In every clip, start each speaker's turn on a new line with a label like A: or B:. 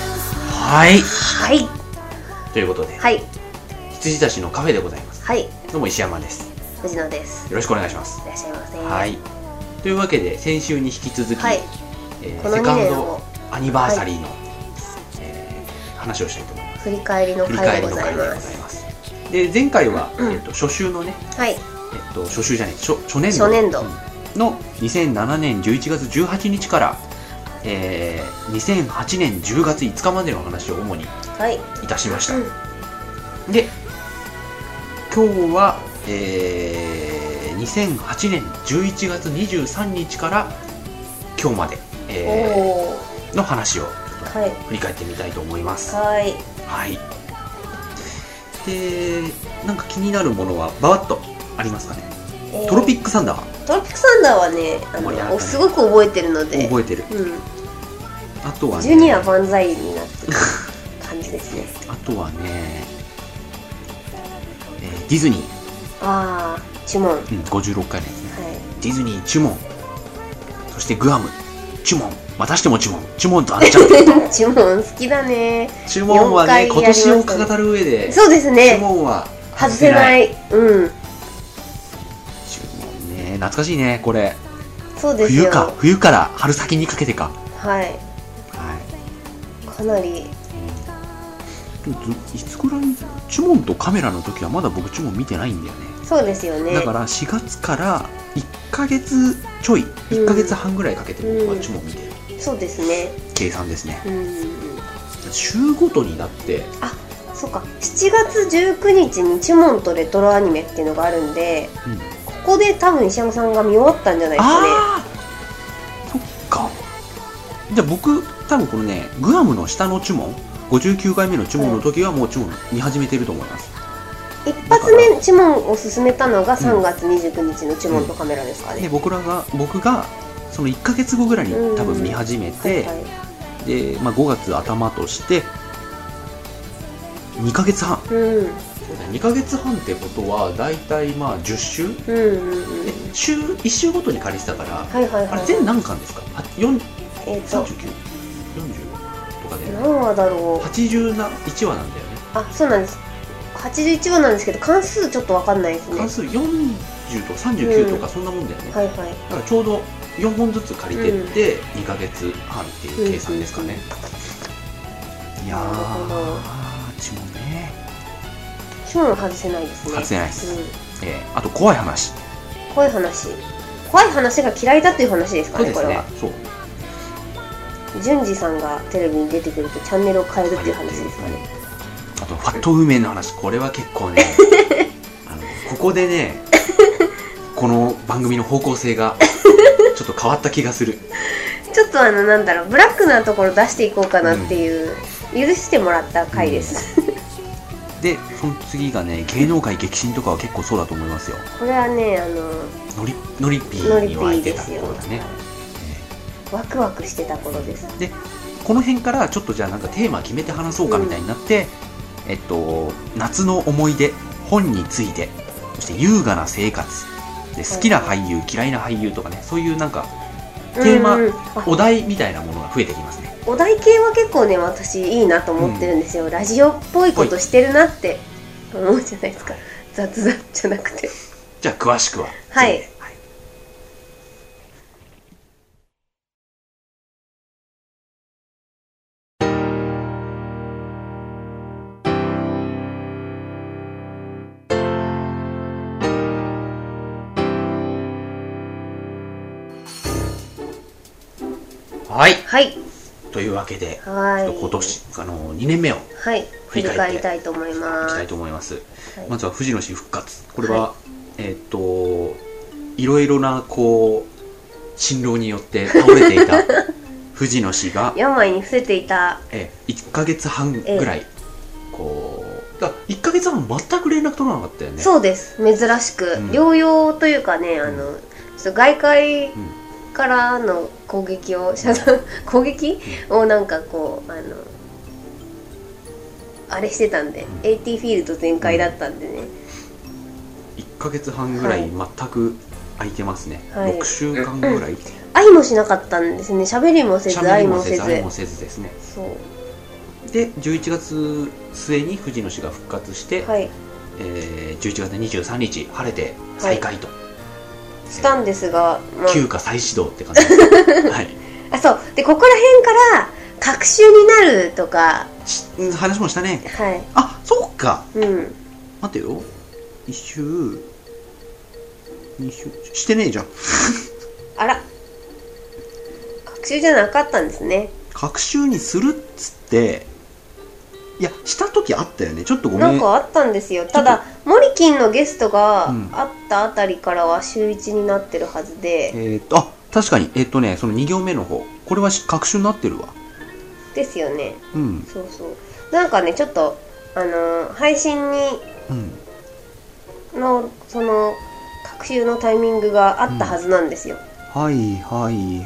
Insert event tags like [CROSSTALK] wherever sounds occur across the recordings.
A: はい
B: はい
A: ということで
B: はい
A: 羊たちのカフェでございます
B: はい
A: どうも石山です
B: 藤野です
A: よろしくお願いします
B: いらっしゃいませ
A: はいというわけで先週に引き続き、
B: はい
A: えー
B: この
A: セ
B: 2
A: カン
B: 年
A: ド
B: を
A: アニバーサリーの、えー話をしたいと思います
B: 振り返りの
A: 振り返
B: 回
A: り
B: で
A: の
B: ご
A: 回
B: ざ
A: で
B: い
A: ご
B: ま
A: ざい
B: す
A: ますで前回は、
B: うん
A: えっと初週のね、
B: はい
A: えっと、初週じゃない初初年度
B: 初年度
A: うんの2007年11月18日から、えー2008年10月5日までの話を主に
B: はい
A: いたしました、
B: うん
A: で今日は、えー2008年11月23日から今日まで、え
B: おお
A: ーの話を
B: はい
A: 振り返ってみたいと思います
B: はい
A: はいでなんか気になるものはばわっとありますかね
B: えー
A: トロピックサンダー
B: トロピックサンダーはねあ
A: 盛り上がっ
B: の
A: たね
B: すごく覚えてるので
A: 覚えてる
B: うん
A: あとはね
B: ジュニア万歳になってる感じで
A: [LAUGHS]
B: すね
A: あとはね、えーディズニー、
B: ああ注文は
A: うん、56回のやつね [LAUGHS]
B: い
A: ディズニー注文そしてグアム注文またしても注文注文とあっちゃ
B: [LAUGHS]
A: う
B: 注文好きだね
A: 注文はね今
B: 四回やりまし
A: 年
B: たね
A: を語る上で
B: そうです
A: 注
B: ね
A: 文は
B: 外せないうん
A: 注文ね懐かしいねこれ
B: そうですよ
A: 冬か冬から春先にかけてか
B: はい
A: は
B: かなり
A: いでもずいつくらい注文とカメラの時はまだ僕注文見てないんだよね
B: そうですよね
A: だから4月から1ヶ月ちょい1ヶ月半ぐらいかけて僕は注文見てる
B: そうですね
A: 計算ですね
B: うん
A: 週ごとになって
B: そうか7月19日に「チュモンとレトロアニメ」っていうのがあるんで、
A: うん
B: ここで多分石山さんが見終わったんじゃないですかね
A: ああそっかじゃあ僕多分このねグアムの下の注文59回目の注文の時はもう注文見始めてると思います、
B: 一発
A: だ
B: 目チュモンを進めたのが3月29日の「チュモンとカメラ」ですか
A: で
B: ね、
A: 僕らが僕がその1ヶ月後ぐらいに多分見始め
B: はい
A: て
B: はい、
A: で、まあ、5月頭として2ヶ月半
B: うん
A: 2ヶ月半ってことは大体まあ10週
B: うんうんうん
A: で週1週ごとに借りてたから
B: はいはい
A: あ
B: は
A: れ
B: い
A: 全何巻ですか4
B: え
A: 3940
B: っ、と
A: とかで
B: 何話だろう
A: 81話なんだよね
B: あそうなんです81話なんですけど関数ちょっとわかんないですね
A: 関数40とか39とかそんなもんだよね、
B: はいはい
A: だからちょうど4本ずつ借りてって2ヶ月半っていう計算ですかね、いやーちもね
B: チュモン外せないですね
A: 外せないです、
B: うん
A: えーあと怖い話
B: 怖い話怖い話が嫌いだという話ですか
A: そう
B: ね
A: で
B: こ
A: す
B: れ
A: ね
B: は
A: そう
B: 淳二さんがテレビに出てくるとチャンネルを変えるっていう話ですかね
A: あとファットウーメンの話これは結構
B: [LAUGHS]
A: ねあのここでねこの番組の方向性がちょっと変わった気がする
B: ちょっとあのなんだろうブラックなところ出していこうかなっていう、許してもらった回です、
A: でその次がね芸能界激震とかは結構そうだと思いますよ
B: これはねあの
A: のりのりピー
B: ノリピ
A: に湧い
B: ー
A: て
B: で
A: た
B: すよ
A: 頃だね
B: ワクワクしてた頃です
A: でこの辺からちょっとじゃあなんかテーマ決めて話そうかみたいになって、えっと夏の思い出本についてそして優雅な生活で好きな俳優嫌いな俳優とかねそういうなんかテーマ
B: うん
A: お
B: あ
A: 題みたいなものが増えてきますね
B: お題系は結構ね私いいなと思ってるんですよ、ラジオっぽいことしてるなって思うじゃないですか雑談じゃなくて
A: じゃあ詳しくは
B: はい
A: 次ではいはい
B: はい
A: というわけで、
B: は
A: ちょ
B: い
A: っと今年あの2年目をい
B: はい
A: 振
B: 振
A: り
B: り
A: 返って
B: 返りたいと思いま
A: き
B: す
A: たいと思います、
B: はい
A: まずは藤野氏復活これは、えーっといろいろなこう辛労によって倒れてい
B: [LAUGHS]
A: た藤野氏が、
B: 病に伏せていた
A: え1ヶ月半ぐらい、こうだ1ヶ月半全く連絡取らなかったよね
B: そうです珍しく、
A: ん
B: 療養というかねあの、ちょっと外界
A: ん
B: からの攻撃を遮断 [LAUGHS] 攻撃、をなんかこうあのあれしてたんで、AT フィールド全開だったんでね、
A: 1ヶ月半ぐらい全く空いてますね、
B: はい
A: 6週間ぐ
B: [LAUGHS]
A: らい
B: 愛もしなかったんですね喋りもせず
A: 喋
B: 愛
A: り
B: も
A: もせ
B: せ
A: ず
B: ず
A: 愛もせずですね
B: そう
A: で11月末に藤野氏が復活して、
B: はい
A: えー11月23日晴れて再開と、
B: したんですが、ま
A: 旧家再始動って [LAUGHS] 感じです、はい、
B: あ、あそうでここら辺から隔週になるとか
A: しうん話もしたね
B: はい
A: あそっか
B: うん
A: 待てよ1周2周してねえじゃん
B: あら隔週じゃなかったんですね
A: 隔週にするっつっていやした時あったよねちょっとごめん
B: なんかあったんですよ
A: っと
B: ただモリキンのゲストが
A: うん
B: あったあたりからは週1になってるはずで、
A: えーっとあ確かにえーっとねその2行目の方これはし隔週になってるわ
B: ですよね
A: うん
B: そうそうなんかねちょっとあのー配信に
A: うん
B: のその隔週のタイミングがあったはずなんですよ、
A: はいはいはい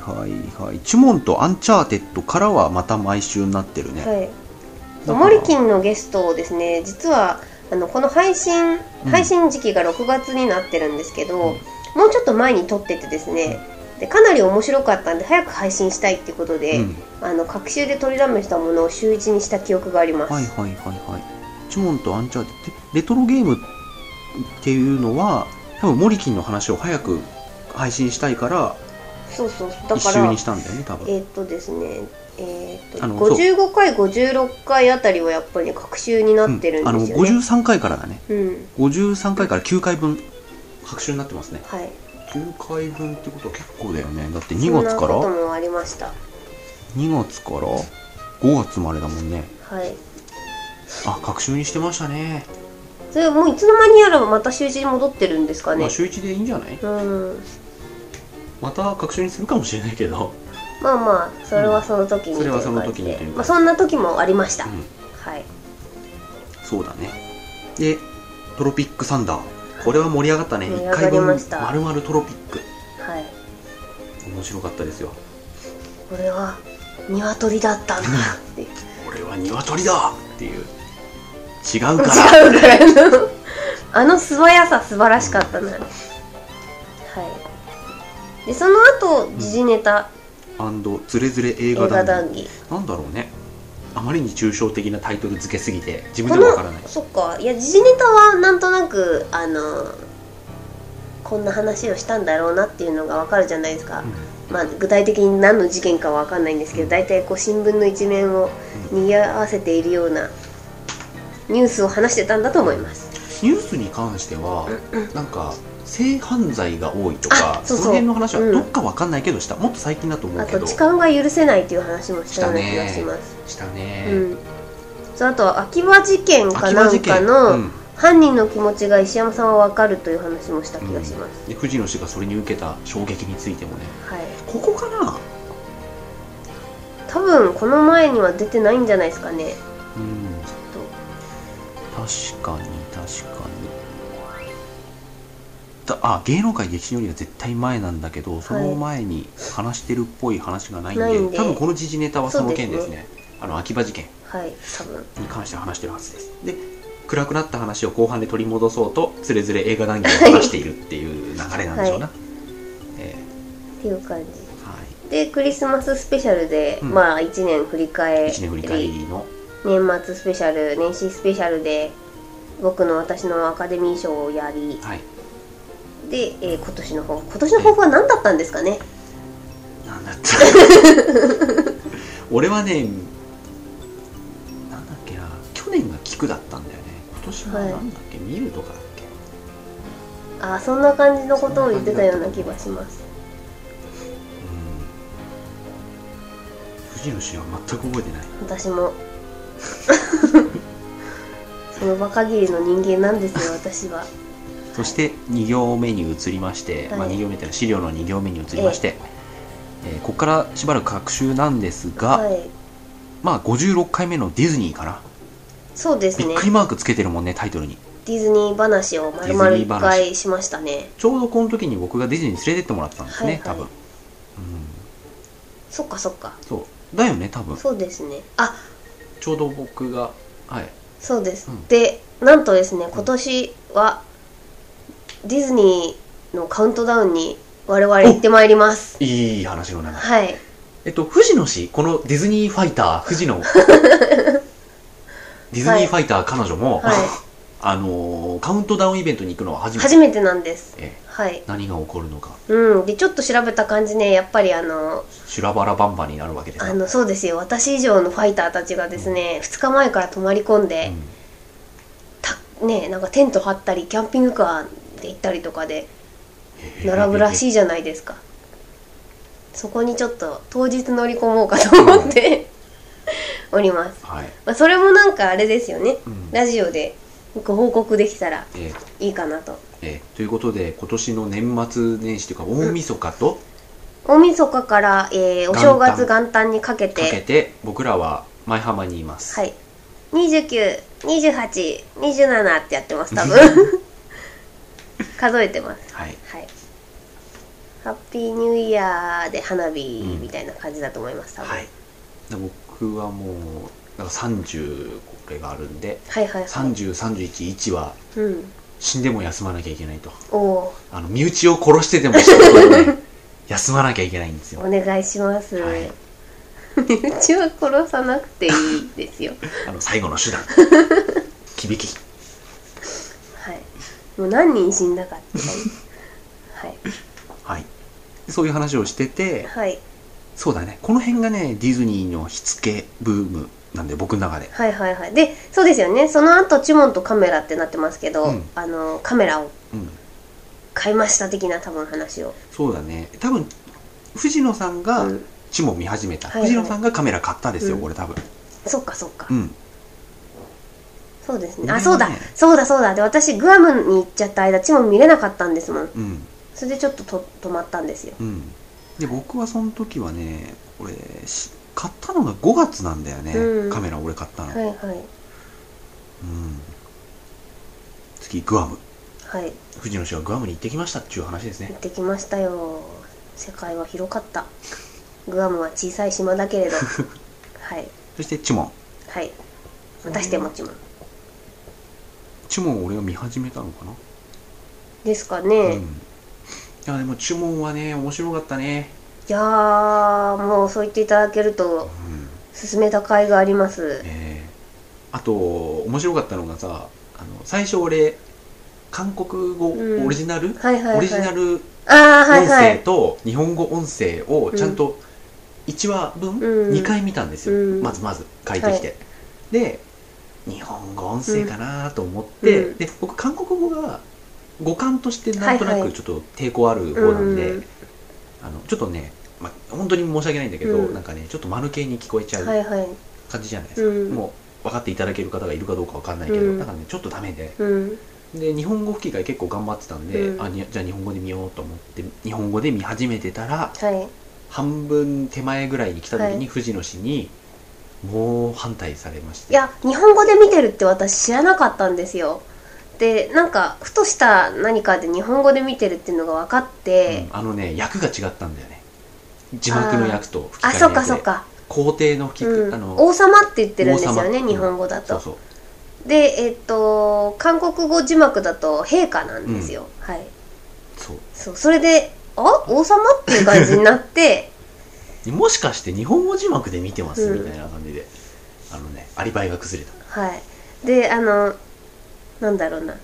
A: はいはいチュモンとアンチャーテッドからはまた毎週になってるね、
B: はい
A: だから
B: モリキンのゲストをですね実はあのこの配信
A: うん
B: 配信時期が6月になってるんですけど、
A: うん
B: もうちょっと前に撮っててですねでかなり面白かったんで早く配信したいってことで、
A: うん、
B: あの隔週で取りだめしたものを週1にした記憶があります、
A: はいはいはいはいチュモンとアンチャーテッドってレトロゲームっていうのは多分モリキンの話を早く配信したいから
B: そうそうそうだ
A: 一
B: か
A: 周
B: ら
A: にしたんだよね多分
B: えーっとですねえーっと
A: あの
B: 55回56回あたりはやっぱりね隔週になってる
A: うんあ
B: ん
A: の
B: ですよね、
A: 53回からだね
B: うん
A: 53回から9回分隔週になってますね
B: はい
A: 9回分ってことは結構だよねだって
B: そ
A: 2
B: んな
A: 月から
B: こともありました
A: 2月から5月までだもんね
B: はい
A: あ隔週にしてましたね
B: それもういつの間にやらまた週1に戻ってるんですか
A: ま
B: ね
A: あ、週1でいいんじゃない
B: うん
A: また隔週にするかもしれないけど、
B: まあまあそれはその時
A: うん
B: に
A: そ
B: とい
A: れ
B: う
A: はその
B: 感
A: 時
B: じ
A: に
B: で
A: という感じ
B: まあそんな時もありました、
A: うん、
B: はい
A: そうだねでトロピックサンダーこれは盛り上がったね
B: 盛り
A: 1
B: 上が
A: 回
B: り
A: 分
B: ました
A: 丸々トロピック
B: はい
A: 面白かったですよ
B: これは鶏だったんだっていう
A: 俺は鶏だっていう違うから
B: [LAUGHS] 違うからのあの素早さ素晴らしかったなはいでその後時事ネタ、
A: アンドズレズレ映
B: 映
A: 画
B: 画
A: 談
B: 談義
A: 義なんだろうねあまりに抽象的なタイトル付けすぎて自
B: こ
A: 分でもわからない
B: のそっかいや時事ネタはなんとなくあのこんな話をしたんだろうなっていうのがわかるじゃないですか、まあ、具体的に何の事件かは分かんないんですけど大体こう新聞の一面を賑わせているようなニュースを話してたんだと思います
A: ニュースに関しては、なんか性犯罪が多いとか
B: あそうそう
A: の辺の話は
B: うん
A: どっかわかんないけどした、もっと最近だと思
B: あ
A: うけ
B: と
A: ど
B: 痴漢が許せないという話もしたような気がします、
A: したね、
B: うん、そうあとは秋葉事件か
A: 秋
B: な
A: 葉
B: ん
A: 事
B: か
A: 件う
B: の
A: ん
B: 犯人の気持ちが石山さんは分かるという話もした気がします、
A: で藤野氏がそれに受けた衝撃についてもね
B: はい
A: ここかな、
B: 多分この前には出てないんじゃないですかね
A: うん、確かに確かにだあ芸能界激震よりは絶対前なんだけどその前に話してるっぽい話がないんで,、
B: ないんで
A: 多分この時事ネタはその件です
B: そう
A: ねあの秋葉事件
B: はい多分
A: に関して話してるはずですで暗くなった話を後半で取り戻そうとつれづれ映画談義を話しているっていう流れなんでしょうな、え
B: っていう感じ
A: ーはい
B: でクリスマススペシャルで、
A: うん
B: まあ1年振り返り
A: 1年振り返りの
B: 年末スペシャル年始スペシャルで僕の私のアカデミー賞をやり
A: はい
B: で、えー今年の抱負今年の抱負は何だったんですかね
A: なんだった俺はねなんだっけな去年が聞くだったんだよね今年は
B: はい
A: なんだっけ、見るとかだっけ
B: あーそんな感じのことを言ってたような気がします
A: うん藤野氏は全く覚えてない
B: 私も [LAUGHS] その場限りの人間なんですよ私は
A: そして2行目に移りまして、
B: はい
A: まあ、2行目というのは資料の2行目に移りまして、えーここからしばらく隔週なんですが、
B: はい
A: まあ56回目のディズニーかな、
B: そうです
A: びっ
B: ね
A: くりマークつけてるもんねタイトルに
B: ディズニー話を丸
A: デ
B: 々
A: ィズニー
B: 1
A: 話
B: 回しましたね
A: ちょうどこの時に僕がディズニーに連れてってもらったんですね、
B: はいはい
A: 多分、うん、
B: そっかそっか
A: そうだよね多分
B: そうですねあ
A: ちょうど僕がはい
B: そうです、
A: うん
B: でなんとですね今年はディズニーのカウントダウンに我々行ってまいります
A: いい話の流れ
B: はい
A: えっと、富士の詩、このディズニーファイター、富士 [LAUGHS] の、ディズニーファイター彼女も、
B: はい
A: [LAUGHS] あのーカウントダウンイベントに行くのは初めて。
B: 初めてなんです
A: ええ
B: はい
A: 何が起こるのか、
B: うんでちょっと調べた感じねやっぱりあの
A: 修羅バラバンバンになるわけです
B: あ
A: よ。
B: のそうですよ私以上のファイターたちがですね2日前から泊まり込
A: [LAUGHS]
B: んで、たねなんかテント張ったりキャンピングカーで行ったりとかで並ぶら
A: い。
B: しいじゃないですかそこにちょっと当日乗り込もうかと思っております、
A: はい。
B: まあ、それもなんかあれですよね
A: うん
B: ラジオでご報告できたら
A: えー
B: いいかなと
A: えーということで、今年の年末年始というか、大晦日と
B: 大晦日から、えーお正月元旦にかけ
A: かけ
B: て
A: て、僕らは舞浜にいます。
B: はい292827ってやってます
A: [LAUGHS]
B: 多分数えてます
A: はい。
B: はいハッピーニューイヤーで花火みたいな感じだと思います多分、
A: はい。で僕はもう、なんか30、これがあるんで、
B: はいはいはい
A: 30、31、1は
B: うん
A: 死んでも休まなきゃいけないと。
B: おお
A: あの、身内を殺してでも仕事をね [LAUGHS] 休まなきゃいけないんですよ。
B: お願いします、 [LAUGHS]
A: はい
B: 身内は殺さなくていいですよ
A: あの、最後の手段。 [LAUGHS] 響き。
B: はいもう何人死んだかって感じはい
A: はい。そういう話をしてて、
B: はい
A: そうだね。この辺がね、ディズニーの火付けブームなんで、僕の中で。
B: はいはいはいでそうですよねその後チュモンとカメラってなってますけど、
A: うん
B: あのカメラを
A: うん。
B: 買いました的な多分話を、
A: そうだね。多分、藤野さんが
B: うん
A: チモ見始めた。
B: はいはい
A: 藤野さんがカメラ買ったですよ、
B: うん
A: これ多分。
B: そっかそっか、
A: うん。
B: そうですね
A: ね
B: あそうだそうだそうだで私グアムに行っちゃった間チュモン見れなかったんですもん
A: うん。
B: それでちょっとと止まったんですよ
A: うん。で、僕はその時はね、俺、し買ったのが5月なんだよね。
B: うん
A: カメラ俺買ったの。
B: はいはい
A: うん。次、グアム。
B: はい
A: 藤野氏はグアムに行ってきましたっていう話です
B: 行
A: ね。
B: ってきましたよ世界は広かったグアムは小さい島だ
A: [LAUGHS]
B: けれどはい
A: そして、チモン。
B: はい私でもちろん
A: チモンを俺が見始めたのかな
B: ですかね、
A: うん
B: い
A: いやでも注文はね面白かったね、
B: やーもうそう言っていただけると進めた甲斐があります
A: えーあと面白かったのがさあの最初俺韓国語
B: うん
A: オリジナル、
B: はいはいはい
A: オリジナル音
B: あーはいは
A: 声
B: い
A: と日本語音声をちゃんと1話分、
B: うん
A: 2回見たんですよ、
B: うん
A: まずまず書いてきて、で日本語音声かなと思って、
B: うん
A: で僕韓国語が語感としてなんとな
B: はいは
A: く
B: い
A: ちょっと抵抗ある方なんで、
B: うん
A: あのちょっとね、まあ、本当に申し訳ないんだけど、
B: うん
A: なんかねちょっと間抜けに聞こえちゃ
B: は
A: う
B: いはい
A: 感じじゃないですか、
B: うん
A: もう分かっていただける方がいるかどうか分かんないけど、
B: うん
A: なんかねちょっとダメで
B: うん
A: で日本語吹き替え結構頑張ってたんで、
B: うん
A: あにじゃあ日本語で見ようと思って日本語で見始めてたら
B: はい
A: 半分手前ぐらいに来た時
B: は
A: に
B: い
A: 藤野氏にもう反対されまし
B: い
A: て
B: や日本語で見てるって私知らなかったんですよでなんかふとした何かで日本語で見てるっていうのが分かって、
A: うんあのね役が違ったんだよね字幕の役と吹き替
B: あ
A: えの
B: そっか
A: 役
B: そっ
A: で
B: か
A: 皇帝の吹き替え、
B: うん
A: あの
B: 王様って言ってるんですよね
A: 王様
B: 日本語だと
A: そうそう
B: でえっと韓国語字幕だと陛下なんですよ、はい
A: そう
B: そうそれであ王様っていう感じになって
A: もしかして日本語字幕で見てます、
B: うん
A: みたいな感じであのねアリバイが崩れた
B: はいであのなんだろうな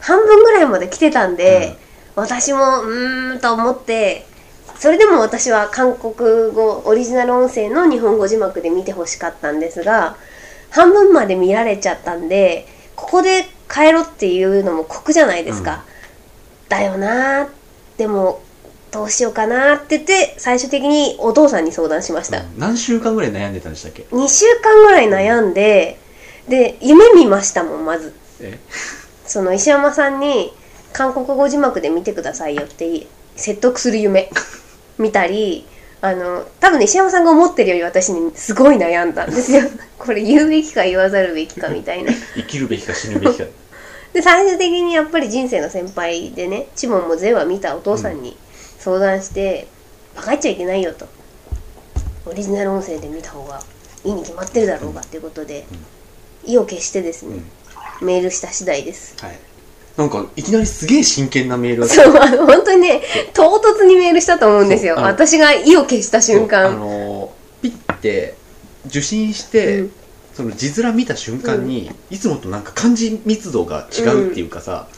B: 半分ぐらいまで来てたんで、私もうーんと思ってそれでも私は韓国語オリジナル音声の日本語字幕で見てほしかったんですが半分まで見られちゃったんでここで変えろっていうのも酷じゃないですか、だよなーでもどうしようかなーって言って最終的にお父さんに相談しました、
A: うん何週間ぐらい悩んでたんでしたっ
B: [LAUGHS]
A: け
B: 2週間ぐらい悩んでで夢見ましたもんまず
A: え
B: その石山さんに韓国語字幕で見てくださいよってい説得する夢見たりあの多分ね石山さんが思ってるより私にすごい悩んだんですよこれ言うべきか言わざるべきかみたいな
A: 生きるべきか死ぬべ
B: [LAUGHS]
A: きか
B: で最終的にやっぱり人生の先輩でねチモンも全話見たお父さんに相談して「バカ言っちゃいけないよ」と「オリジナル音声で見た方がいいに決まってるだろうが」ということで意を決してですね、メールした次第です
A: はいなんかいきなりすげえ真剣なメールが来て
B: そう、あの、本当にね、唐突にメールしたと思うんですよ。
A: そうあの
B: 私が意を消した瞬
A: そうあ
B: 間。
A: のーピッて受信して、
B: うん
A: その字面見た瞬間に、いつもとなんか漢字密度が違うっていうかさ、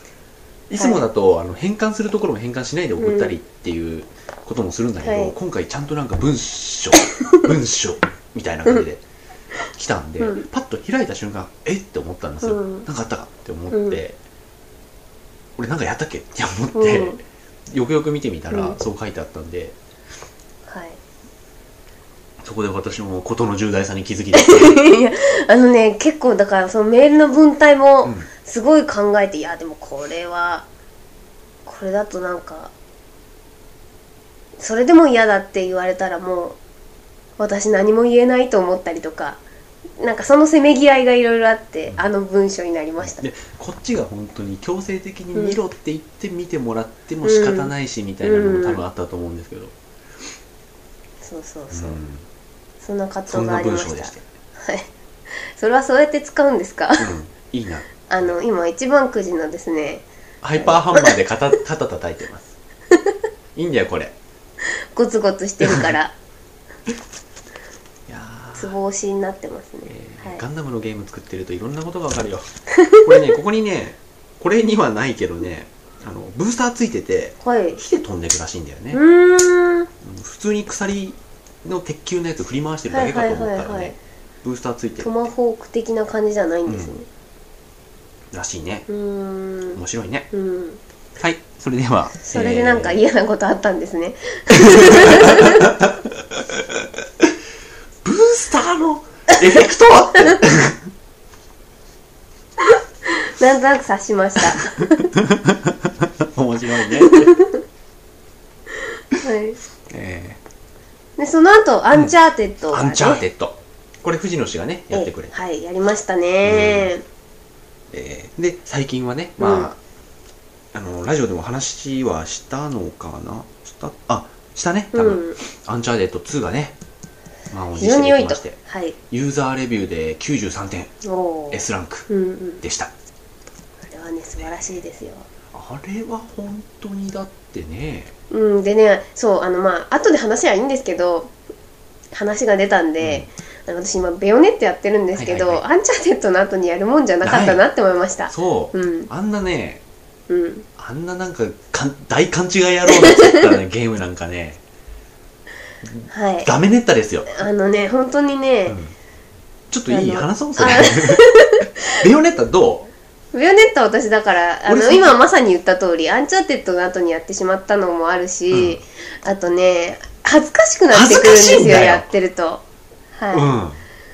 A: いつもだと、あの変換するところも変換しないで送ったりっていうこともするんだけど、
B: はい
A: 今回ちゃんとなんか文
B: [LAUGHS]
A: 章文章みたいな感じで来たんで、
B: うん
A: パッと開いた瞬間えって思ったんですよ、
B: うん
A: なんかあったかって思って、
B: うん
A: 俺なんかやったっけって思って、
B: うん
A: よくよく見てみたら、
B: うん
A: そう書いてあったんで
B: はい。
A: そこで私も事の重大さに気づきで
B: いやあのね結構だからそのメールの文体
A: う
B: も
A: ん
B: すごい考えて、いやでもこれはこれだとなんかそれでも嫌だって言われたらもう私何も言えないと思ったりとかなんかそのせめぎ合いがいろいろあってあの文章になりました、
A: でこっちが本当に強制的に見ろって言って見てもらっても仕方ないしみたいなのも多分あったと思うんですけど、
B: そうそうそう、
A: うん
B: そんな葛
A: そん
B: 藤が
A: な
B: あり
A: 文
B: まし
A: 章
B: た
A: でした、
B: はいそれはそうやって使うんですか [LAUGHS]
A: うんいいな
B: あの今一番くじのですね
A: ハイパーハンマーで肩肩叩いてますいいんだよこれ
B: ゴツゴツしてるから
A: いやー
B: ツボ押しになってますね
A: え、ー
B: はい
A: ガンダムのゲーム作ってるといろんなことがわかるよこれねここにねこれにはないけどねあのブースターついてて
B: はい。う
A: 火で飛んでくらしいんだよね、
B: ーん。
A: 普通に鎖の鉄球のやつ振り回してるだけかと思った
B: はい
A: ら
B: はいはいはい
A: ねブースターついてる
B: トマホーク的な感じじゃないんですね。
A: らしいね
B: うーん。
A: 面白いね
B: うん。
A: はいそれでは
B: それでなんか
A: えー
B: 嫌なことあったんですね。
A: ブースターのエフェクトはって
B: なんとなく察し
A: [LAUGHS]
B: ました。 [LAUGHS]
A: 面白いね、
B: はい。
A: え
B: で、その後、アンチャーテッ
A: ー
B: ド、が
A: ア
B: ね
A: ンチャーテッドこれ藤野氏がねやってくれ
B: え
A: て、
B: はい、やりましたね。
A: えーで最近はねまあ,、あのラジオでも話はしたのかなしたあしたね多
B: う
A: 分、
B: ん。
A: アンチャーテッド2がね満を持
B: 非
A: し
B: 常
A: て
B: に良
A: でき
B: い
A: ま
B: と
A: して。
B: はい。
A: ユーザーレビューで93点
B: おー
A: S ランク
B: うんうん。
A: でした
B: あれはね、素晴らしいですよ。
A: あれは本当にだってね、
B: うん、でね、そう、あの、まあ、後で話はいいんですけど、話が出たんで、あの私今、ベヨネットやってるんですけど、
A: はいはい
B: アンチャーテッドの後にやるもんじゃなかったなって思いました。
A: そう、
B: うん、
A: あんなね、
B: うん。
A: あんななんかかん大勘違い野郎になっちゃった [LAUGHS] らね、ゲームなんかね、
B: はい。
A: ダメネタですよ。
B: あのね、本当に
A: う
B: ね
A: ん、ちょっといい
B: あの
A: 話そうそれ。 [LAUGHS] レオネッタど
B: ベヨネットは私だから、あ
A: 俺
B: の、
A: そん
B: 今まさに言った通り、アンチャーテッドの後にやってしまったのもあるし、あとね、恥ずかしくなってくるんです
A: 恥ずかしいん
B: よ、
A: だよ
B: やってると。
A: う、
B: は
A: うん。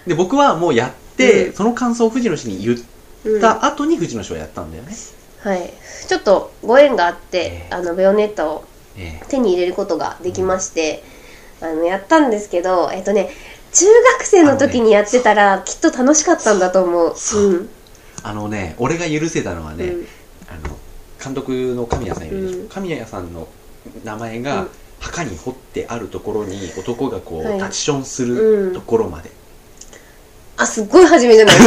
A: で、僕はもうやって、
B: うん
A: その感想を藤野氏に言っ
B: い。うん
A: た後に藤野氏はやったんだよね。
B: はい。ちょっとご縁があって
A: え、え
B: あの、ベヨネットを
A: え
B: 手に入れることができまして、あの、やったんですけど、えっとね、中学生の時にやってたら、きっと楽しかったんだと思う。
A: そう
B: うん。
A: えあのね、俺が許せたのはね、
B: うん
A: あの監督の神谷さんいるでしょ、
B: うん
A: 神谷さんの名前
B: う
A: が
B: ん
A: 墓に掘ってあるところに男がこう、
B: はい
A: タッチションするところまで、
B: あ、すっごい初めじゃないです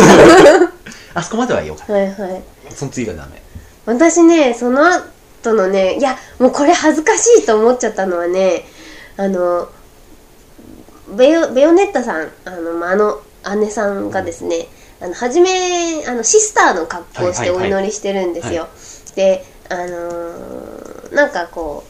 A: [LAUGHS] あそこまではいいよかっ
B: か。はいはい。
A: たその次がダメ
B: 私ねその後のねいやもうこれ恥ずかしいと思っちゃったのはねあのベヨベヨネッタさんあの,、まあ、あの姉さんがですね、あの初めあのシスターの格好をして
A: はい
B: お
A: はいはい
B: 祈りしてるんですよ。であのーなんかこ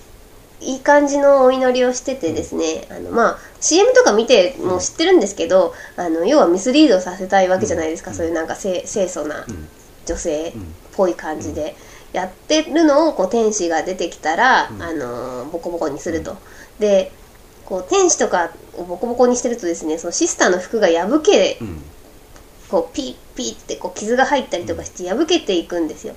B: ういい感じのお祈りをしててですね、あのまあ CM とか見ても知ってるんですけど、あの要はミスリードさせたいわけじゃないですか、
A: うん
B: そういうなんか清清楚な
A: うん
B: 女性っ
A: うん
B: ぽい感じでやってるのをこう天使が出てきたら、
A: うん
B: あのーボコボコにすると。でこう天使とかをボコボコにしてるとですねそのシスターの服が破け
A: うん
B: [LAUGHS] こうピッピッってこう傷が入ったりとかして破けていくんですよ。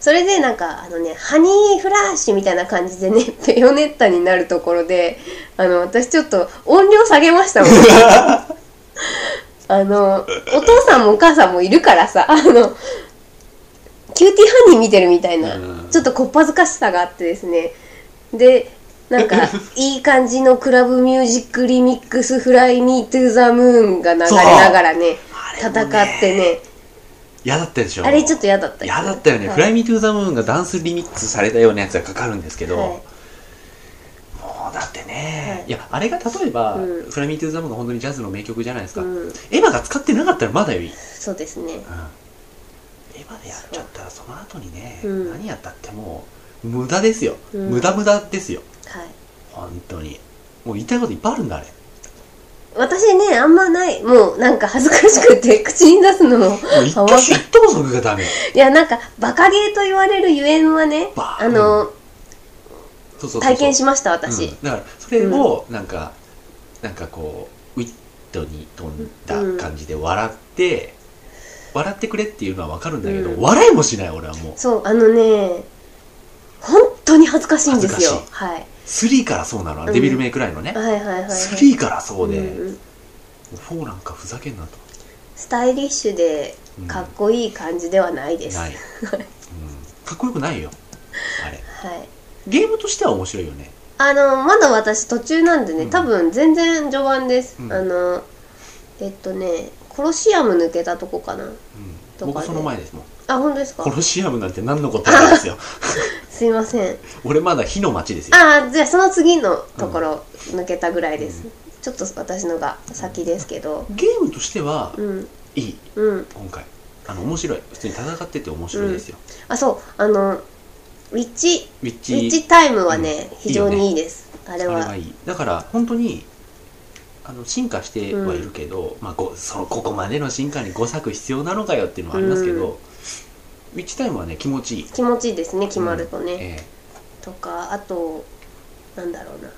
B: それでなんかあのねハニーフラッシュみたいな感じでね [LAUGHS] ベヨネッタになるところであの私ちょっと音量下げましたもん。
A: [LAUGHS]
B: あのお父さんもお母さんもいるからさ [LAUGHS] あのキューティーハニー見てるみたいな
A: うん
B: ちょっとこっぱずかしさがあってですねでな
A: [LAUGHS]
B: んかいい感じのクラブミュージックリミックス「フライ・ミー・トゥ・ザ・ムーン」が流れながらね
A: あれも
B: 戦ってね
A: 嫌だったでしょ
B: あれちょっと嫌だった
A: 嫌だったよね、フライミートゥーザムーンがダンスリミックスされたようなやつがかかるんですけど、
B: はい
A: もうだってね、
B: はい
A: い、やあれが例えば、
B: うん
A: フライミートゥーザムーンが本当にジャズの名曲じゃないですか、
B: うん、
A: エヴァが使ってなかったらまだよいい、うん、エ
B: そうですね
A: ヴァでやっちゃったらその後にね、
B: うん
A: 何やったってもう無駄ですよ、
B: うん
A: 無駄無駄ですよ
B: はい
A: 本当にもう言いたいこといっぱいあるんだ
B: [LAUGHS]
A: あれ
B: 私ねあんまないもうなんか恥ずかしくて [LAUGHS] 口に出すのも
A: もう一挙手一投足がダメ
B: いやなんかバカゲーと言われるゆえんはね
A: バ
B: あ
A: ーン
B: の
A: そうそうそうそう
B: 体験しました私、
A: うんだからそれをなんか、なんかこうウィットに飛んだ感じで笑って、笑ってくれっていうのは分かるんだけど、
B: うん
A: 笑いもしない俺はもう
B: そうあのね本当に恥ずかしいんですよ
A: 恥ず
B: はい、
A: 3からそうなの、
B: うん
A: デビルメイクライのね、
B: はいはいはいはい
A: 3からそうで、も
B: うんうん
A: う4なんかふざけんなと、
B: スタイリッシュで
A: うん
B: かっこいい感じで [LAUGHS] はないです、
A: ない、うん、かっこよくないよあ
B: [LAUGHS]
A: れ
B: はい
A: ゲームとしては面白いよね
B: あのまだ私途中なんでね、
A: うん
B: 多分全然序盤です、
A: うん
B: あのえっとねコロシアム抜けたとこかな
A: う
B: とか
A: ん、
B: ね
A: 僕その前ですもん
B: あ本当ですか
A: コロシアムなんて何のことなんです
B: [LAUGHS]
A: よ
B: すいません
A: 俺まだ火の街ですよ
B: ああじゃあその次のところ抜けたぐらいです、ちょっと私のが先ですけど
A: ゲームとしては
B: うん
A: いい
B: うん
A: 今回あの面白い普通に戦ってて面白いですよ、
B: あそうあのウィッチ
A: ウィッ
B: ウィ
A: チ
B: ッチタイムはね、
A: うん
B: 非常にいいですあ
A: あ
B: れ
A: れ
B: は
A: はいいだから本当にあの進化してはいるけど、まあ、ごそのここまでの進化に5作必要なのかよっていうのはありますけど、ウィッチタイムはね気持ちいい、
B: 気持ちいいですね決まるとね、
A: ええ
B: とかあとなんだろうな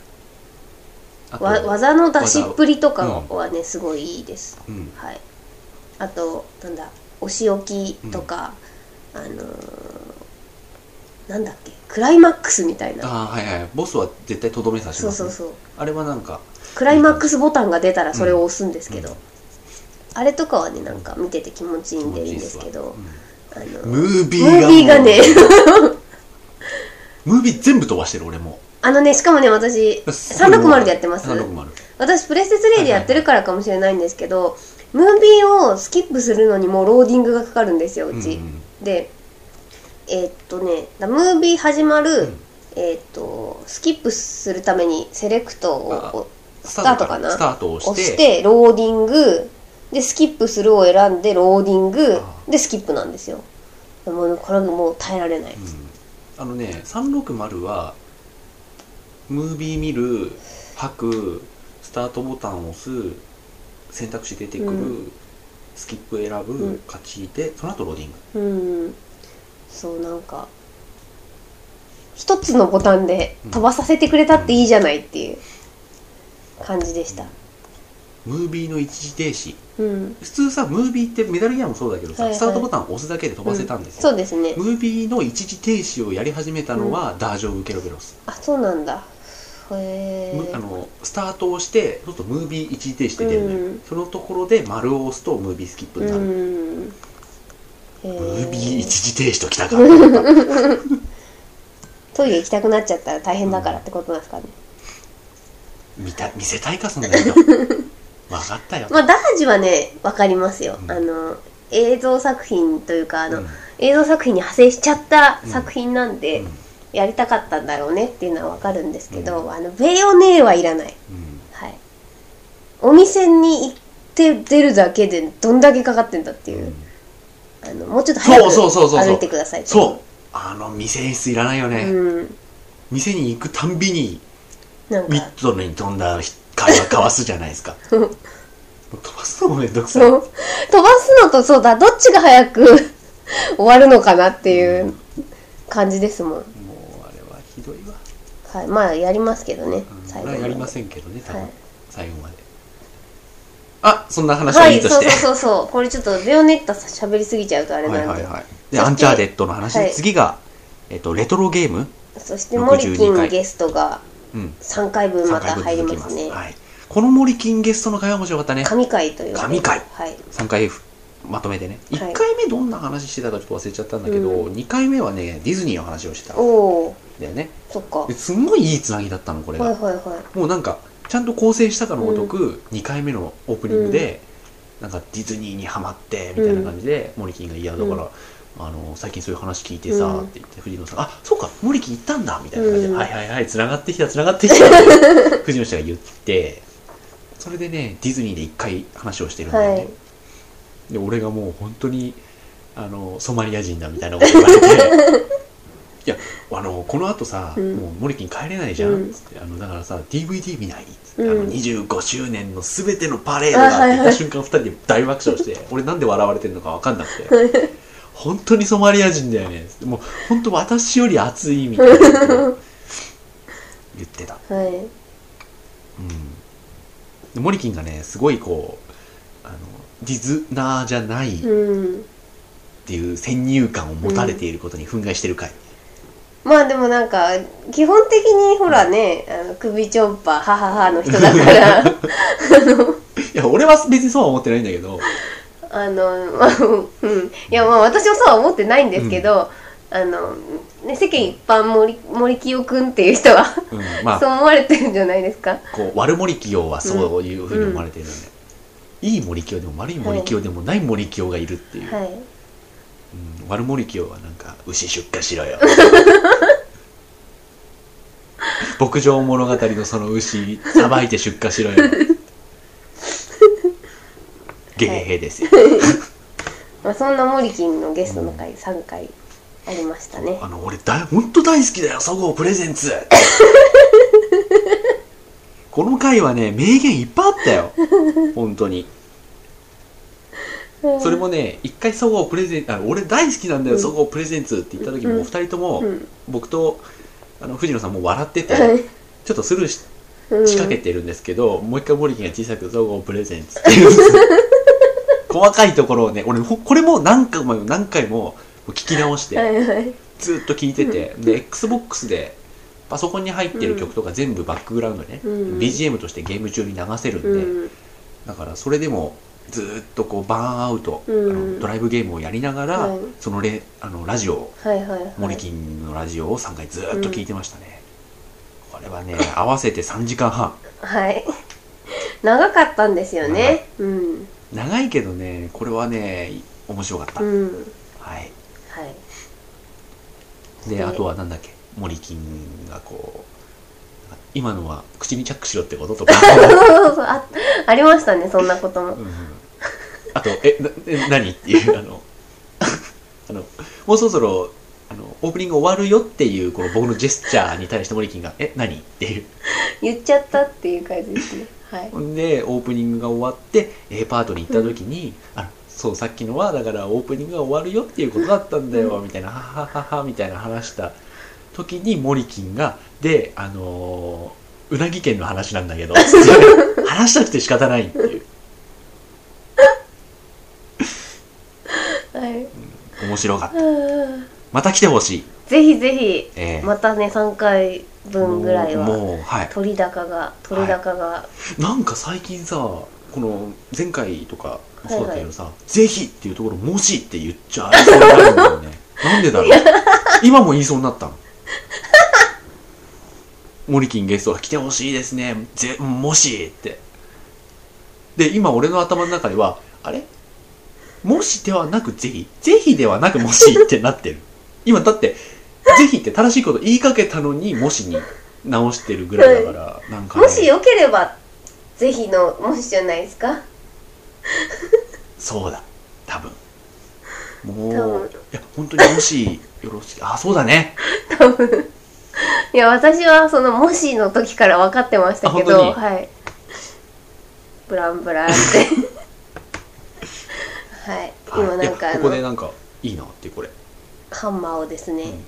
A: あと
B: わ技の出しっぷりとかはね、すごいいいです
A: うん
B: はい、あとなんだお仕置きとか、あのーなんだっけクライマックスみたいな
A: ああはいはいボスは絶対とどめさせ
B: そ
A: ま
B: う
A: す、
B: そ
A: ね、
B: うそう
A: あれはなんか
B: クライマックスボタンが出たらそれを押すんですけど、
A: うん
B: あれとかはねなんか見てて気持ちいい
A: 気
B: ん
A: 持
B: で
A: ちい
B: いい
A: い
B: ん
A: で
B: ですす
A: わ
B: けど、あの
A: ムービー
B: ム
A: が
B: ービーがね
A: [LAUGHS] ムービー全部飛ばしてる俺も
B: あのねしかもね私360でやってます
A: 360
B: 私プレステ3でやってるからかもしれないんですけど、ムービーをスキップするのにもうローディングがかかるんですようち、
A: うん
B: でえーっとねだムービー始まる、
A: ん
B: えーっとスキップするためにセレクト
A: あ
B: を
A: ス
B: タートかな
A: スタートを
B: 押
A: して
B: してローディングでスキップするを選んでローディング
A: あ
B: でスキップなんですよもうこれもう耐えられない、
A: うんあのね360はムービー見る吐くスタートボタンを押す選択肢出てくる、
B: う
A: スキップ選ぶ、
B: うん
A: 勝ちでその後ローディング
B: うんそうなんか一つのボタンで飛ばさせてくれたっていいじゃないっていう感じでした
A: ムービーの一時停止
B: うん
A: 普通さムービーってメダルギアもそうだけどさ、
B: はいはい
A: スタートボタンを押すだけで飛ばせたんです
B: そ
A: よ、
B: うですね
A: ムービーの一時停止をやり始めたのは、ダージョウ・ウケロベロス、
B: あそうなんだへ
A: むあ
B: え
A: のスタートをしてそうするとムービー一時停止って出るのよ、
B: うん
A: そのところで丸を押すとムービースキップになる、
B: ム
A: ムービー
B: ー
A: 一時停止とき
B: [LAUGHS]
A: たから
B: トイレ行きたくなっちゃったら大変だからってことなんですかね、
A: 見た見せたいかそんな
B: [LAUGHS]
A: の分かったよ、
B: まあダージはね分かりますよ、
A: うん
B: あの映像作品というかあの、
A: うん
B: 映像作品に派生しちゃった作品なんで、
A: うん
B: やりたかったんだろうねっていうのは分かるんですけど、あのベヨネーはいらない、
A: うん
B: はい、お店に行って出るだけでどんだけかかってんだっていう、あのもうちょっと早く
A: そうそうそうそうそう
B: 歩いてくださいって
A: そうあの店演出いらないよね、
B: うん、
A: 店に行くたんびに
B: なん
A: ミ
B: か
A: ッドに飛んだ会話交わすじゃないですか
B: うん
A: もう飛ばすのもめんどくさい
B: そう飛ばすのとそうだどっちが早く [LAUGHS] 終わるのかなっていう感じですもん
A: もうあれはひどいわ、
B: はい、まあやりますけどね、
A: うん、
B: 最
A: 俺は
B: 後まで
A: やりませんけどね多分、
B: はい
A: 最後まであそんな話
B: は
A: はいい
B: い、
A: と
B: そ
A: し
B: う
A: て、
B: そうそうそうこれちょっとベヨネッタ喋りすぎちゃうとあれなんで、
A: はいはいはいで
B: そして
A: アンチャーデッドの話、
B: はい
A: 次が、えっと、レトロゲーム、
B: そしてモリキ
A: 62
B: ン
A: 回
B: ゲストが
A: うん、
B: 3回分また入りますね
A: はい、この森金ゲストの会は面白かったね
B: 神回というか
A: 神回
B: はい
A: 3回まとめてね
B: は
A: 1
B: い
A: 回目どんな話してたかちょっと忘れちゃったんだけど、
B: う
A: 2回目はねディズニーの話をしてたん
B: おお
A: だよね
B: そっかはい
A: ですんごいいいつなぎだったのこれが、
B: はいはい
A: もうなんかちゃんと構成したかのごとく、2回目のオープニングで、なんかディズニーにハマってみたいな感じで、モリキンが「いやだから、あの最近そういう話聞いてさ」
B: うん
A: って言って藤野さんが「あそうかモリキン行ったんだ」みたいな感じで「
B: うん
A: はいはいはい繋がってきた繋がってき
B: [LAUGHS]
A: た」って藤野氏が言ってそれでねディズニーで一回話をしてるんだよね、
B: はい
A: で俺がもう本当にあのソマリア人だみたいなこと言われていやあのこのあとさ、
B: うん
A: もうモリキン帰れないじゃん、
B: うん
A: つってあのだからさ DVD 見ないっつって、
B: うん
A: あの25周年の全てのパレードがあって言った瞬間2人で大爆笑して俺なんで笑われてるのか分かんなくて
B: [LAUGHS]
A: 本当にソマリア人だよねつってもう本当私より熱いみたいなことを言ってた
B: はい
A: うん、でモリキンがねすごいこうあのディズナーじゃないっ
B: うん
A: ていう先入観を持たれていることに憤慨してる回、
B: まあでもなんか基本的にほらねあの首ちょんぱはははの人だから
A: [LAUGHS] いや俺は別にそうは思ってないんだけど
B: あの、まあうん、いやまあ私もそうは思ってないんですけど、あの、ね、世間一般森森清くんっていう人は
A: うん、ま
B: そう
A: あ
B: 思われてるんじゃないですか
A: こう悪森清はそういうふうに思われてるんで、いい森清でも悪い森清でもない森清がいるっていう、
B: はい
A: うん、悪森清はなんか牛出荷しろよ牧場物語のその牛さばいて出荷しろよ
B: [LAUGHS]
A: ゲヘヘですよ
B: まあ、そんな森金のゲストの回3回ありましたね
A: あの俺だ本当大好きだよそごうプレゼン
B: [LAUGHS]
A: ツこの回はね名言いっぱいあったよ本当にそれもね一回そごうプレゼンあの俺大好きなんだよ、
B: うん
A: そごうプレゼンツって言った時も
B: うん
A: お二人とも、
B: うん
A: 僕とあの藤野さんも笑ってて、
B: はい
A: ちょっとスルーし
B: う
A: [LAUGHS]
B: ん
A: 仕掛けてるんですけど、もう一回モリキンが小さく「そごうプレゼンツ」って言う
B: [LAUGHS]
A: んですよ細かいところをね俺ほこれも何回も何回も聞き直して、
B: はいはい
A: ずっと聴いてて、で XBOX でパソコンに入ってる曲とか全部バックグラウンドにね、
B: うん
A: BGM としてゲーム中に流せるんで、
B: うん
A: だからそれでもずっとこうバーンアウト、
B: うん
A: あのドライブゲームをやりながら、
B: はい
A: そのレあのラジオを
B: はいはいはい
A: モリキンのラジオを3回ずっと聴いてましたね、これはね合わせて3時間半
B: はい長かったんですよねうん
A: 長いけどねこれはね面白かった、
B: うん
A: はい
B: はい
A: で
B: で
A: あとはなんだっけモリキンがこう今のは口にチャックしろってこととか
B: そうそうあありましたねそんなことも
A: うんあと、え、なえ何 [LAUGHS] っていう、あの、あの、もうそろそろ、あの、オープニング終わるよっていう、この僕のジェスチャーに対してモリキンが、え、何っていう。
B: 言っちゃったっていう感じですねはい
A: ほんで、オープニングが終わって、A パートに行った時に、あそう、さっきのは、だからオープニングが終わるよっていうことだったんだよ、みたいな、はははは、みたいな話した時に、モリキンが、で、あのーうなぎ県の話なんだけど、つって話したくて仕方ないっていう。
B: はい
A: 面白かった。
B: あ
A: また来てほしい。
B: ーぜひぜひ
A: えー
B: またね3回分ぐらい
A: もう
B: は
A: もうはい
B: 鳥高が鳥高が、
A: なんか最近さこの前回とかもそうだったけどさ「ぜひ」っていうところ「もし」って言っちゃありそうになるんだよ
B: [LAUGHS]
A: ねなんでだろう今も言いそうになったの [LAUGHS] モリキンゲストが来てほしいですねぜもしってで今俺の頭の中ではあれもしではなくぜひぜひではなくもしってなってる今だってぜひって正しいこと言いかけたのにもしに直してるぐらいだから、なんか、ね、
B: もしよければぜひのもしじゃないですか
A: そうだ多分も
B: 多
A: う
B: 分
A: いや本当にもしよろしいあそうだね
B: いや私はそのもしの時から分かってましたけ
A: あ
B: ど
A: 本当
B: はいブランブランって
A: [LAUGHS]
B: はい今なんか
A: はいい
B: あ
A: やここで
B: の
A: なんかいいなってこれ
B: ハンマーをですね
A: うん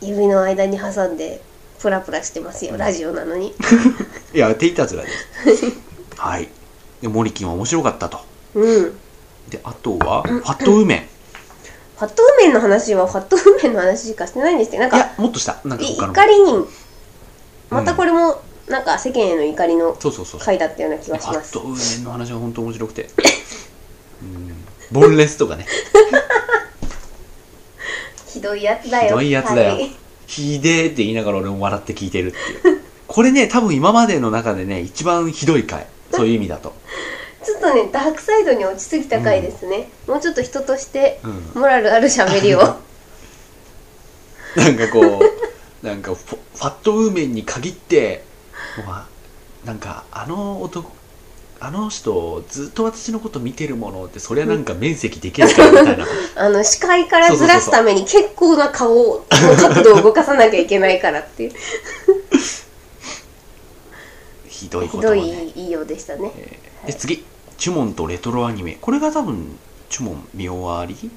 B: 指の間に挟んでプラプラしてますよラジオな
A: [LAUGHS]
B: のに
A: いや手いたずらですはいでモリキンは面白かったと
B: うん
A: であとはファットウーメン
B: ファットウーメンの話はファットウーメンの話しかしてないんですけどなん
A: い
B: か
A: やもっとしたなんか
B: い
A: 他の
B: 怒りにまたこれもなんか世間への怒りの
A: そうそうそうそう
B: 回だったような気
A: フ
B: が
A: ァ
B: しま
A: ッ
B: す
A: トウーメンの話は本当面白くてうんボンレスとかね
B: ひどいやつだよ
A: ひどいやつだよ
B: はい
A: ひでーって言いながら俺も笑って聞いてるっていうこれね多分今までの中でね一番ひどい回そういう意味だと
B: ちょっととねダークサイドに落ちすぎた回ですね、もうちょっと人として
A: うん
B: モラルある喋りを
A: なんかこうなんかフォファットウーメンに限ってもうあなんかあの男あの人ずっと私のこと見てるものってそりゃなんか面積できるからみたいな
B: あの視界からずらすために結構な顔を [LAUGHS] 角度を動かさなきゃいけないからっていう
A: ひどい
B: ひ
A: こ
B: ど
A: とを
B: い
A: ね
B: 言いようでしたね
A: で次チュモンとレトロアニメこれが多分チュモン見終わり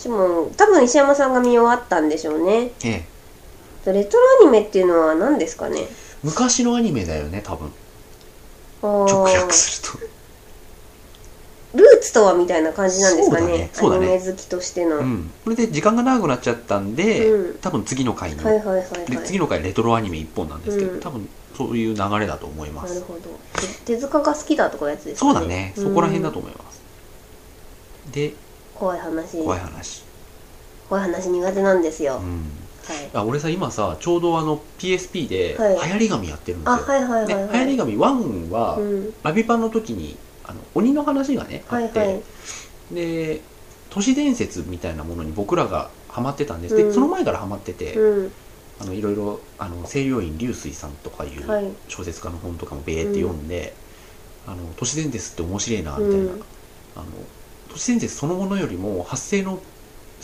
B: でも多分石山さんが見終わったんでしょうね
A: ええ
B: レトロアニメっていうのは何ですかね
A: 昔のアニメだよね多分直
B: 直
A: 訳する
B: ルーツとはみたいな感じなんですかね
A: そうだねそうだね
B: アニメ好きとしての、
A: と、うん、これで時間が長くなっちゃったんで、
B: うん
A: 多分次の回に、
B: はいはいはい
A: で
B: はい
A: 次の回レトロアニメ1本なんですけど、
B: うん
A: 多分そういう流れだと思いま
B: なる
A: す
B: ほど手手塚が好きだとかやつですか
A: そ
B: ね
A: うだね、そこら辺だと思いますで
B: うん怖い話
A: 怖
B: 怖
A: い
B: い
A: 話、
B: 話苦手なんですよ、
A: う
B: はい
A: ん、あ俺さ今さちょうどあの PSP で流
B: はい
A: 行り紙やってるんですよ、
B: あはいはいはい
A: で流
B: は
A: 行
B: い、
A: り紙1は、
B: うん、
A: ラビパンの時にあの鬼の話がねあ
B: はい
A: って、
B: はい
A: で都市伝説みたいなものに僕らがハマってたんです、
B: う
A: で
B: ん
A: その前からハマってて、
B: うん
A: あのいろいろあの西洋院流水さんとかいう
B: はい
A: 小説家の本とかもべーって読んで、あの都市伝説って面白いなみたいな、
B: うん
A: あの都市伝説そのものよりも発生の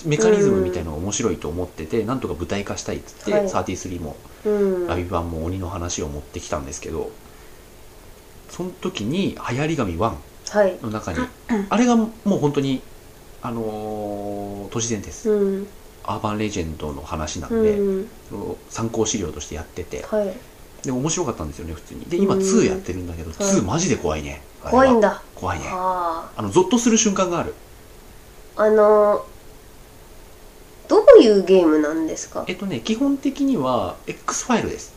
A: メカニズムみたいなのが面白いと思ってて、なんとか舞台化したいっつって、
B: はい
A: 33も
B: うん
A: ラビバンも鬼の話を持ってきたんですけどその時に「流行り神1」
B: はい
A: の中にあれがもう本当にあのー都市伝説、
B: うん
A: アーバンレジェンドの話なんで、
B: うん
A: その参考資料としてやってて
B: はい
A: で面白かったんですよね普通にで今
B: うん
A: 2やってるんだけど、
B: はい
A: 2マジで怖いねあれは
B: 怖いんだ
A: 怖いね
B: あ
A: あのゾッとする瞬間がある
B: ああのどういうゲームなんですか
A: えっとね基本的には X ファイルです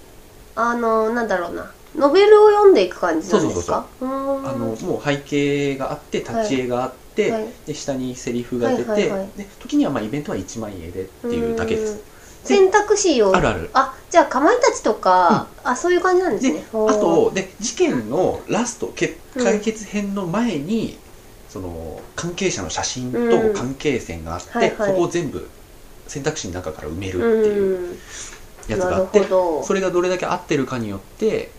B: あのなんだろうなノベルを読んでいく感じなんですかうーん
A: あのもう背景があって立ち絵があって、
B: はい
A: で下にセリフが出て、
B: はいはいはい
A: で時にはまあイベントは1万円でっていうだけで
B: うーん
A: す
B: 選択肢を
A: あるある
B: あじゃあかまいたちとか、あそういう感じなんです
A: で
B: ね
A: あ
B: ほう
A: とで事件のラストけ
B: うん
A: 解決編の前に、その関係者の写真
B: う
A: と
B: ん
A: 関係線があって、
B: はいはい
A: そこを全部選択肢の中から埋めるっていう
B: うん
A: やつがあって、
B: なるほど
A: それがどれだけ合ってるかによって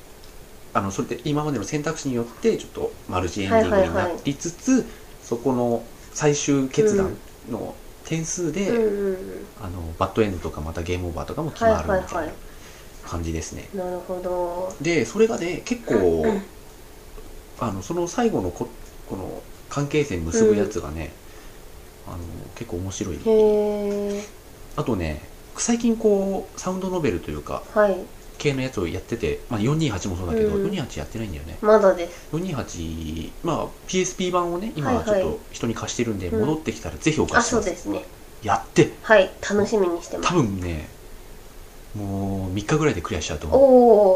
A: あのそれで今までの選択肢によってちょっとマルチエンディングになりつつ、そこの最終決断の点数で、
B: うんうん
A: あのバッドエンドとかまたゲームオーバーとかも決
B: はい
A: ま
B: は
A: るみ
B: い
A: た
B: はい
A: ない感じですね。
B: なるほど
A: でそれがね結構あのその最後のここの関係線結ぶやつがね、あの結構面白い
B: [COUGHS] へえ
A: あとね最近こうサウンドノベルというか
B: はい
A: 系のやつをやってて、まあ、428もそうだけど、
B: うん
A: 428やってないんだよね
B: まだです
A: 428まあ PSP 版をね今はちょっ
B: はいは
A: と人に貸してるんで、
B: うん
A: 戻ってきたらぜひお
B: あ
A: 貸しし
B: そ
A: ま
B: う
A: す
B: ですね
A: やって
B: はい楽しみにしてま
A: 多
B: す
A: 分ねもう3日ぐらいでクリアしちゃうと思う
B: お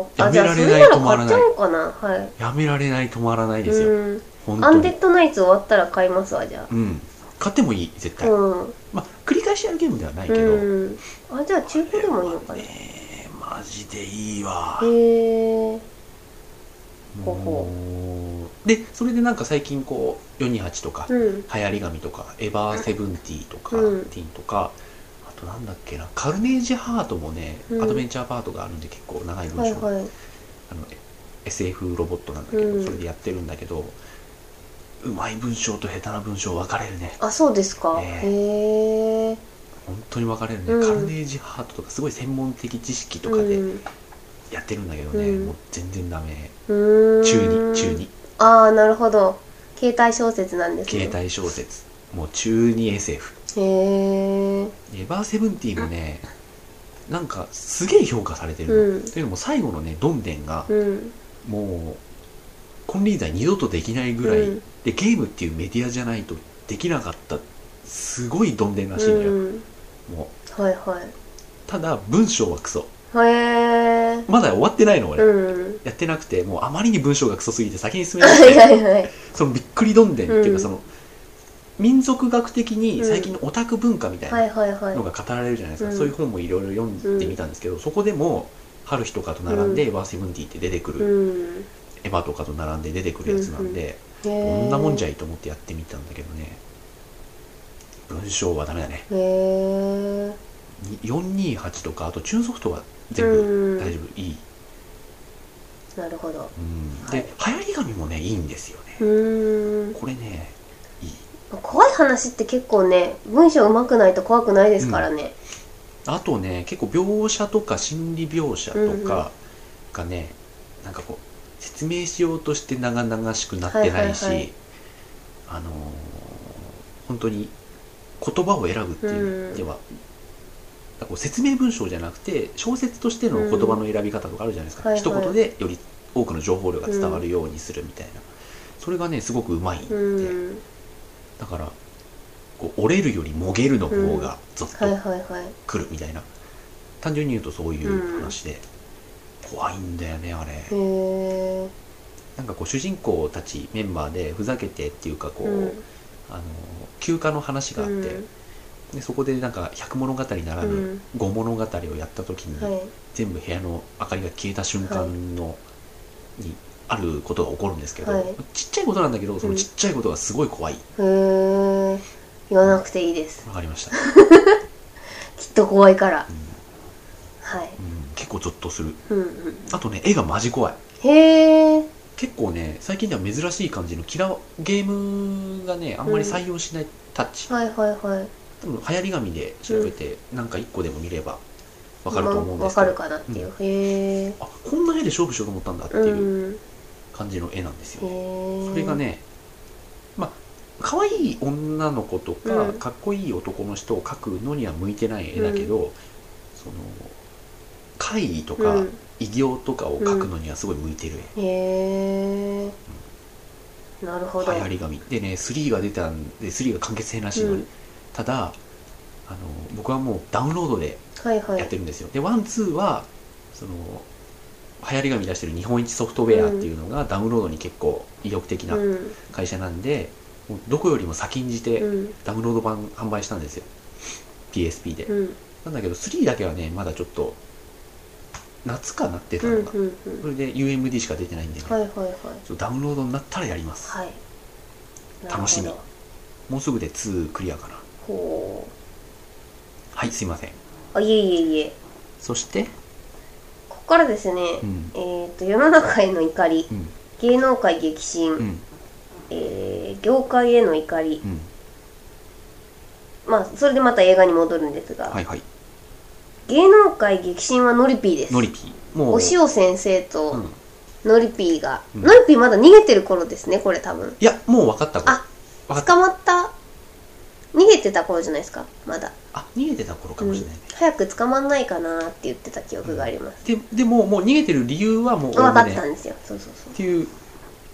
B: お
A: や
B: あ
A: め
B: じゃ
A: ら
B: あそ
A: れ
B: れ
A: ない
B: なら
A: 止まらない
B: 買っちゃおうかなはい
A: やめられない止まらないですよ、
B: うん
A: 本
B: ア
A: 当
B: ン
A: に
B: デッドナイツ終わったら買いますわじゃ
A: うん買ってもいい絶
B: あ
A: 対、
B: うん
A: まあ繰り返しやるゲームではないけど、
B: うんあじゃあ中古でもいいのかな
A: ね
B: へ
A: えマジでいいわ
B: えほ
A: もうでそれでなんか最近こう428とか、
B: う
A: 流
B: ん
A: 行り紙とかエバーセブンティーとか、
B: うん
A: ティーンとかあとなんだっけなカルネージハートもね、
B: うん
A: アドベンチャーパートがあるんで結構長い文章、
B: はいはい
A: あの SF ロボットなんだけど、
B: うん
A: それでやってるんだけどうまい文章と下手な文章分かれるね
B: あそうですか、
A: ね
B: へえ
A: 本当に分かれるね、
B: うん
A: カルネージハートとかすごい専門的知識とかで
B: うん
A: やってるんだけどね、
B: うん
A: もう全然ダメ
B: うーん
A: 中二中二
B: ああなるほど携帯小説なんです
A: 携
B: ね
A: 帯小説もう中二 SF
B: へえ
A: エバーセブンティーもねなんかすげえ評価されてるの、
B: うん
A: というのも最後のねどんでんが
B: うん
A: もう金輪際二度とできないぐらい、
B: うん
A: でゲームっていうメディアじゃないとできなかったすごいどんでんらしいのよ、
B: うん
A: も
B: はいは
A: うただ文章はクソ
B: いへえ
A: まだ終わってないの俺、
B: うん
A: やってなくてもうあまりに文章がクソすぎて先に進め
B: は
A: なくて
B: [LAUGHS] いはいはい
A: そのびっくりどんでんっていうか、
B: うん
A: その民族学的に最近のオタク文化みたいな
B: はいはいはい
A: のが語られるじゃないですか、
B: うん
A: そういう本もいろいろ読んでみたんですけど、そこでも春日とかと並んで、エヴァーセブンティーって出てく
B: う
A: る、
B: ん
A: エヴァとかと並んで出てくるやつなんで、
B: へこ
A: こんなもんじゃ
B: い
A: いと思ってやってみたんだけどね文章はダメだね
B: へえ
A: に428とかあとチューンソフトは全部
B: うん
A: 大丈夫いい、
B: なるほど
A: うん、で流行り紙もねいいんですよ
B: う
A: ね
B: ーん
A: これねいい
B: 怖い話って結構ね文章上手くないと怖くないですからね、
A: あとね結構描写とか心理描写とかがね、なんかこう説明しようとして長々しくなってないし、
B: はいはいはい
A: あのー本当に言葉を選ぶっていう意味では、なんかこう説明文章じゃなくて小説としての言葉の選び方とかあるじゃないですか、
B: うんはいはい
A: 一言でより多くの情報量が伝わるようにするみたいな、それがねすごくうまいんで、
B: うん
A: だからこう折れるよりもげるの方がゾッと
B: はいはいはい
A: 来るみたいな単純に言うとそういう話で、怖いんだよねあれ
B: へえ
A: なんかこう主人公たちメンバーでふざけてっていうかこう、
B: うん
A: あの休暇の話があって、でそこでなんか百物語なら
B: う
A: ぬ
B: ん
A: 五物語をやった時に、
B: うんはい
A: 全部部屋の明かりが消えた瞬間の、にあることが起こるんですけど、
B: はい
A: ちっちゃいことなんだけどそのちっちゃいことがすごい怖い
B: へえ言わなくていいです
A: わかりました、
B: きっと怖いから
A: う
B: は
A: んう
B: い
A: ん結構ゾッとする
B: うんうん
A: あとね絵がマジ怖い
B: へえ
A: 結構ね最近では珍しい感じのキラーゲームがねあんまり採用しないタッチ、
B: はいはいはい
A: 多分流行り紙で調べて、なんか1個でも見ればわかると思うん
B: まあ
A: で
B: わ
A: すけ
B: か
A: ど、
B: るかなっていう、へえ
A: あこんな絵で勝負しようと思ったんだって
B: う
A: いうん感じの絵なんですよ、
B: へえ
A: それがねまあ可愛い女の子とか、
B: うん
A: かっこいい男の人を描くのには向いてない絵だけど、その怪異とか、
B: うん
A: 異形とかを描くのにはすごい向いてる絵、
B: へえなるほど
A: 流行り紙でね3が出たんで3が完結編らしいのね、
B: うん
A: ただあの僕はもうダウンロードで
B: はいはい
A: やってるんですよ、でワンツーはその流行り紙出してる日本一ソフトウェアっていうのがダウンロードに結構意欲的な
B: うん
A: 会社なんで、もうどこよりも先んじて
B: うん
A: ダウンロード版販売したんですよ PSP で、
B: うん
A: なんだけど3だけはねまだちょっと夏かなってた
B: う
A: の
B: ん
A: が、
B: うん
A: それで UMD しか出てないんでね、
B: はいはいはい
A: ちょっとダウンロードになったらやります、
B: はいなるほど
A: 楽しみもうすぐで2クリアかな
B: ほ
A: はいすいません
B: うあいえいえいえ
A: そして、
B: ここからですね、
A: うん、
B: えっ、と世の中への怒り、
A: うん
B: 芸能界激震、
A: うん、
B: えー業界への怒り
A: うん、
B: まあそれでまた映画に戻るんですが、
A: はいはい、
B: 芸能界激震はノリピーです
A: のりぴー、もう、
B: お塩先生と、
A: うん、い
B: ノリピーが、
A: うん
B: ノリピーまだ逃げてる頃ですねこれ多分
A: や、もう分かった頃
B: あ
A: 分かった、
B: 捕まった逃げてた頃じゃないですかまだ、
A: あ、逃げてた頃かもしれないね。
B: 早く捕まんないかなーって言ってた記憶があります、
A: で、でも、もう逃げてる理由はもう、
B: 分かっ
A: ね
B: た
A: っ
B: んですよそうそうそう
A: ていう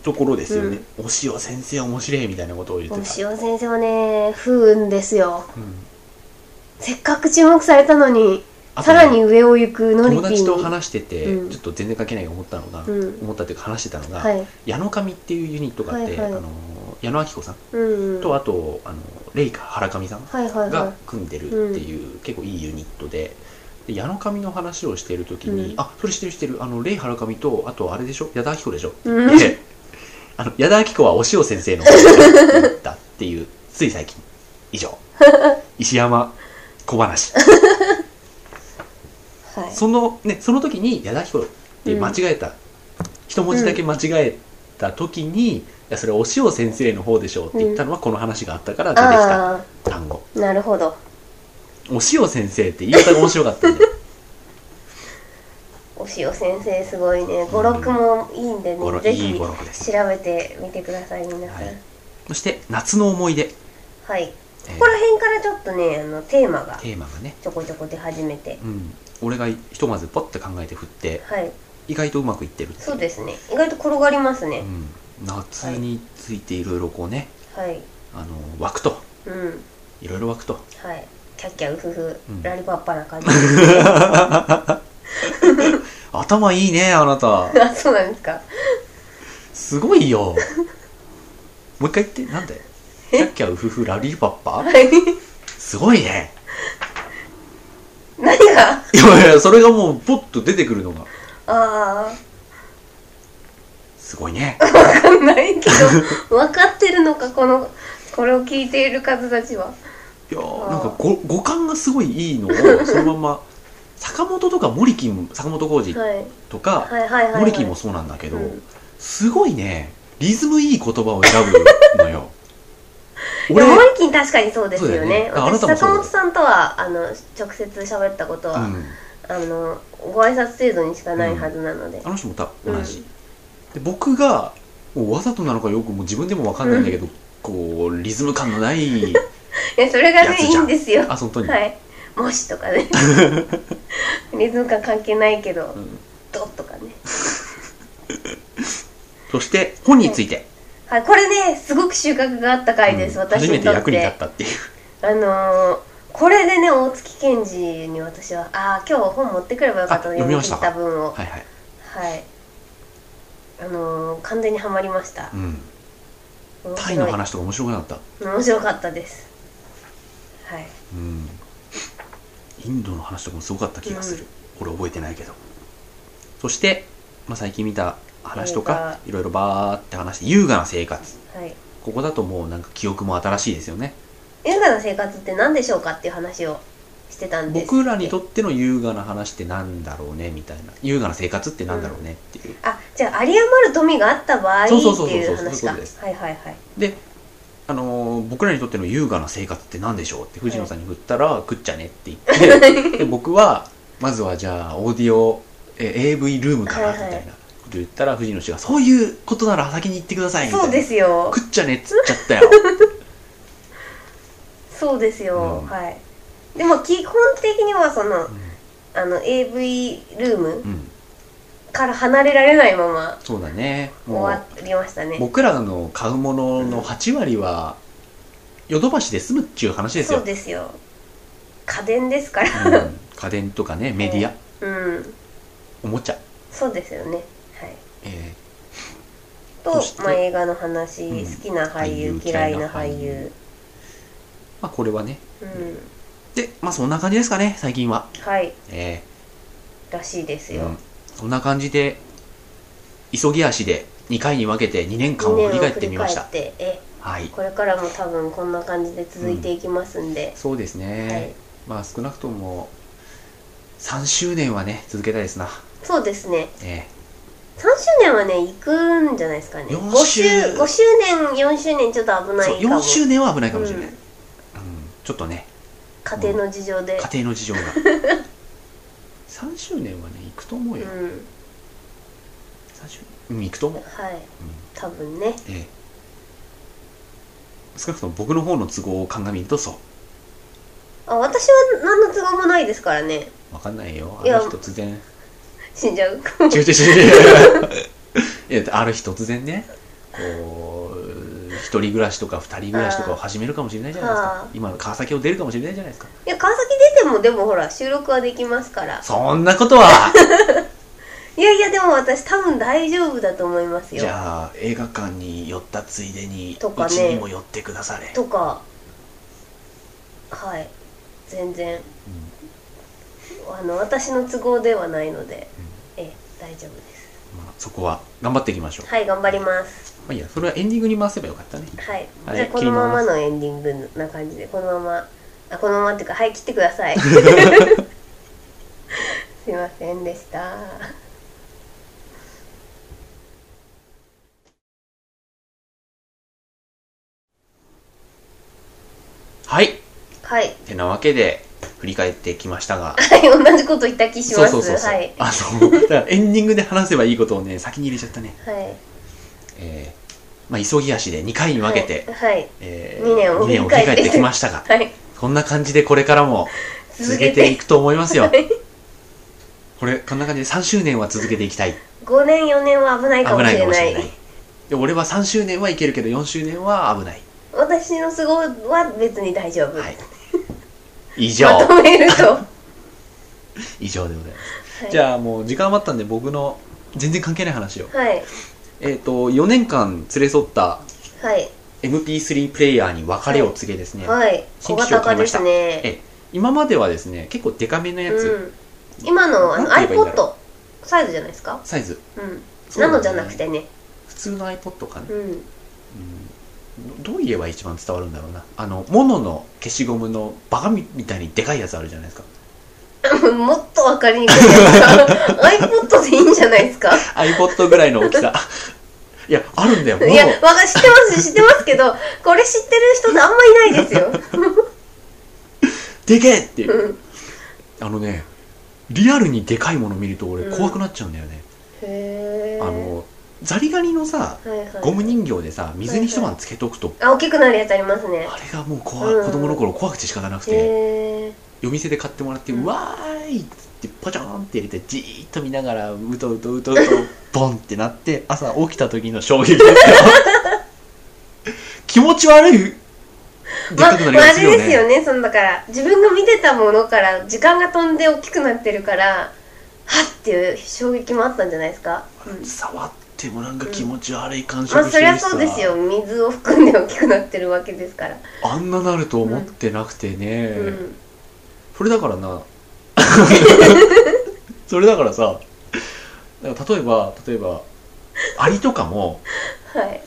A: ところですよね。お塩先生面白いみたいなことを言っ
B: お
A: てた。
B: 塩先生はね不運ですよ
A: うん、
B: せっかく注目されたのに
A: あと
B: さ
A: ね
B: らに上を行くノリピ
A: 友
B: ー
A: 達
B: に
A: と話してて、
B: うん
A: ちょっと全然書けないと思ったのが、
B: うん
A: 思ったというか話してたのが、
B: はい
A: 矢野神っていうユニットがあって、
B: はいはい
A: あの矢野明子さん
B: うん
A: と、あと、あのレイカ原上さん
B: はいはい
A: が
B: は
A: 組んでるっていう、結構いいユニットでで矢野上の話をしてる時に、
B: うん
A: あそれしてるしてるあのレイ原上とあとあれでしょ矢田亜希子でしょって
B: うん
A: 言って、あの矢田亜希子はお塩先生の [LAUGHS] だったっていうつい最近以
B: [LAUGHS]
A: 上石山小話
B: いはい
A: そのねその時に矢田亜希子って間違えた、一文字だけ間違えた時に、いやそれお塩先生の方でしょって言ったのはこの話があったから出てきた
B: あ
A: 単語
B: あなるほど
A: お塩先生って言い方が面白かったんで
B: お塩先生すごいね語録もいいんで
A: 語
B: ね
A: 呂
B: ぜ
A: いい
B: ひ
A: 語
B: 調
A: 録です
B: べてみてください皆さん
A: はいそして夏の思い出、
B: はい
A: えー
B: ここら辺からちょっとねあのテーマが
A: テーマがね、
B: ちょこちょこ出始めて
A: うん、俺がひとまずポッて考えて振って
B: はい
A: 意外とうまくいってるってい
B: そうですね意外と転がりますね
A: うん、夏についていろいろこうね、
B: はい
A: あの湧くと
B: うん
A: いろいろ湧くと
B: はいキャッキャウフフ
A: うん
B: ラリパッパな感じ [LAUGHS] あ
A: 頭いいねあなた
B: そうなんですか
A: すごい
B: [LAUGHS]
A: よもう一回言ってなんでキャッキャウフフラリーパッパ
B: はい [LAUGHS]
A: すごいね
B: 何があ
A: いやいやそれがもうポッと出てくるのが
B: あー
A: すごいね。
B: わかんないけ
A: [LAUGHS]
B: ど分かってるのかこのこれを聞いている方たちはい
A: やーなんかご五感がすごいいいの
B: [LAUGHS]
A: をそのまんま坂本とか森木も坂本浩二
B: はい
A: とか、
B: はいはいはい、はい、
A: 森木もそうなんだけど、
B: うん
A: すごいねリズムいい言葉を選ぶのよ
B: [LAUGHS] いや
A: 俺、
B: 森木確かにそうです
A: そうだ
B: よ
A: よ
B: ね
A: ねああな
B: 私
A: たもそう
B: 坂本さんとはあの直接喋ったこと
A: う
B: は、
A: ん、
B: あのご挨拶程度にしかないはずなので、
A: あの人もた
B: うん
A: 同じ、で僕がもうわざとなのかよくもう自分でもわかんないんだけど、こうリズム感のない
B: [LAUGHS] いやそれが
A: や
B: ね
A: つ
B: い
A: じ
B: い
A: ゃん
B: んですよ
A: あ本当に、
B: はい「もし」とか
A: [LAUGHS]
B: ねリズム感関係ないけど
A: うん
B: 「ド」とかね
A: そして本について、
B: はいこれねすごく収穫があった回です、
A: うん
B: 私
A: 初め
B: に
A: て
B: とっ
A: 役に立
B: て
A: ったっていう
B: あのーこれでね大月健二に私はああ今日本持ってくればよかっ
A: あ
B: たの
A: 読みまし
B: 切
A: た
B: った分を
A: はいはい、
B: はいあのー完全にはまりました
A: うん、
B: 面
A: タ
B: 白
A: イ
B: い
A: の話とか面白くなかった、
B: 面白かったですはい
A: うん、インドの話とかもすごかった気がする、俺覚えてないけどそして、まあ、最近見た話とかいろいろバーって話して優雅な生活
B: はい
A: ここだともうなんか記憶も新しいですよね
B: 優雅な生活って何でしょうかっていう話をしてたんです
A: 僕らにとっての優雅な話ってなんだろうねみたいな優雅な生活ってなんだろうねっていう、
B: あじゃあ有り余る富があった場合って
A: そうそうそうそう
B: いう話
A: そ
B: か
A: ういうことです
B: はいはいはい
A: で、あのー僕らにとっての優雅な生活って何でしょうって藤野さんに振ったら、食っちゃねって言って
B: [LAUGHS]
A: で僕はまずはじゃあオーディオえ AV ルームから
B: は
A: み
B: いはい
A: たいなこと言ったら藤野氏が「そういうことなら先に言ってください」みたいな
B: そうですよ
A: 食っちゃねっつっちゃった
B: [LAUGHS]
A: よ
B: そうですよ、
A: うん
B: はいでも基本的にはそのあの AV ルーム
A: うん、うん
B: から離れられないまま
A: そうだね
B: 終
A: も
B: わ
A: う
B: りましたね
A: 僕らの買うものの8割はヨドバシで済むっちゅう話ですよ
B: そうですよ家電ですから
A: うん家電と
B: [LAUGHS]
A: かねメディア、
B: うん
A: おもちゃ、
B: そうですよねはい
A: え
B: と
A: そして
B: まあ、映画の話、
A: うん
B: 好きな俳優
A: 俳優
B: 嫌い
A: 嫌
B: な
A: いな
B: 俳
A: 俳
B: 優
A: 優、ーまあ、これはね
B: うん、
A: でまあそんな感じですかね最近は、
B: はい
A: え
B: らしいです
A: え
B: よ、
A: うんそんな感じで急ぎ足で2回に分けて2年間
B: 2
A: を振り
B: 年を
A: 返っ
B: 振
A: て
B: り
A: みま
B: 返
A: した
B: ってえ
A: はい
B: これからも多分こんな感じで続いていきますんで、
A: そうですね、
B: はい
A: まあ少なくとも3周年はね続けたいですな、
B: そうですね
A: え
B: 3周年はね行くんじゃないですかね
A: 四
B: 5周
A: 周
B: 5周年4周年ちょっと危
A: え
B: ない
A: そう
B: かも
A: 4周年は危ないかもしれない、
B: うん
A: うんちょっとね
B: 家庭の事情で
A: 家庭の事情が [LAUGHS] 3周年はね行くと思うよ、
B: うん
A: 3周年うん行くと思う、
B: はい
A: うん
B: 多分ね
A: ええ、少なくとも僕の方の都合を鑑みるとそ
B: あ私は何の都合もないですからね
A: うわかんないよあ
B: いや
A: る日突然
B: 死んじゃう [LAUGHS]
A: 違う違う違う [LAUGHS] 違ういやある日突然ねこう一人暮らしとか二人暮らしとかを始めるかもしれないじゃないです
B: あ
A: か
B: ー
A: 今の川崎を出るかもしれないじゃないですか
B: いや川崎出てもでもほら収録はできますから
A: そんなことは
B: いやいやでも私多分大丈夫だと思いますよ
A: [LAUGHS] じゃあ映画館に寄ったついでに
B: とかね
A: うちにも寄ってくだされ
B: とかはい全然
A: うん
B: あの私の都合ではないので、ええ大丈夫です
A: まあそこは頑張っていきましょう、
B: はい頑張ります
A: まあいいやそれはエンディングに回せばよかったね
B: はい、
A: はい
B: じゃあこのままのエンディングな感じでこのままあこのままっていうかはい切ってく
A: [LAUGHS]
B: ださいすいませんでした
A: はい
B: はい
A: てなわけで振り返ってきましたが
B: はい同じこと言った気 [LAUGHS] し
A: そ
B: ま
A: う
B: す
A: そうそうそう、
B: はい
A: あのだからエンディングで話せばいいことをね先に入れちゃったね、
B: はい
A: えーまあ、急ぎ足で2回に分けて、
B: はい
A: え
B: 二年を
A: 二振り返ってきましたが
B: はい、はい、
A: こんな感じでこれからも続けていくと思います
B: [LAUGHS]
A: よこれこんな感じで3周年は続けていきたい
B: 5年4年は危ない
A: 危
B: かもし
A: ないか
B: れ
A: もし
B: な
A: れ
B: い
A: ないで俺は3周年はいけるけど4周年は危ない、
B: 私の都合は別に大丈夫、
A: はい、以 [LAUGHS] 上
B: まとめると、は
A: 以上でございます
B: い、
A: じゃあもう時間余ったんで僕の全然関係ない話を
B: はい
A: えっ、と4年間連れ添った
B: はい、
A: MP3 プレイヤーに別れを告げですね、
B: はい、小
A: 新機種
B: 型
A: を買
B: 化
A: いま
B: で
A: した
B: すね。
A: え今まではですね結構デカめのや
B: う
A: つ、
B: ん、今のあの
A: なんて言えばいいんだろ
B: iPod サイズじゃないですか。
A: サイズ
B: うん、
A: そうだ
B: ナ
A: ね
B: ノじゃなくてね、
A: 通の iPod かな、
B: うんうん [LAUGHS]
A: うんどどう言えば一番伝わるんだろうなあのモノの消しゴムのバカみたいにでかいやつあるじゃないですか
B: もっと分かりにくいやつが iPod でいいんじゃないですか
A: iPod ぐらいの大きさ [LAUGHS] いやあるんだよもう
B: いやわか知ってます知ってますけどこれ知ってる人ってあんまいないで
A: [LAUGHS]
B: すよ、
A: でけえっていう
B: うん、
A: あのねリアルにでかいもの見ると俺
B: うん
A: 怖くなっちゃうんだよね、
B: へー
A: あのザリガニのさ
B: はいはい
A: ゴム人形でさ水に一晩つけとくと、
B: あ大きくなるやつありますね
A: あれがもう怖
B: うん
A: 子供の頃怖くて仕方なくて、
B: へえ
A: 夜店で買ってもらって「
B: うん
A: うわーい!」ってパチョーンって入れてじーっと見ながらうとうとう
B: [LAUGHS]
A: とうとボンってなって朝起きた時の衝撃ですよ [LAUGHS] 気持ち悪いでっ
B: まあ、
A: かくなり
B: まあ、
A: ま
B: あ
A: すよね,、
B: れですよねそのだから自分が見てたものから時間が飛んで大きくなってるからはっっていう衝撃もあったんじゃないですか、うん
A: 触ってもなんか気持ち悪い感
B: まあ
A: 触し
B: そ
A: て
B: りゃ
A: るしさ、
B: そうですよ水を含んで大きくなってるわけですから、
A: あんななると思ってなくてね、
B: うん
A: それだから
B: [LAUGHS]
A: なそれだからさだから例えば例えばアリとかも
B: はい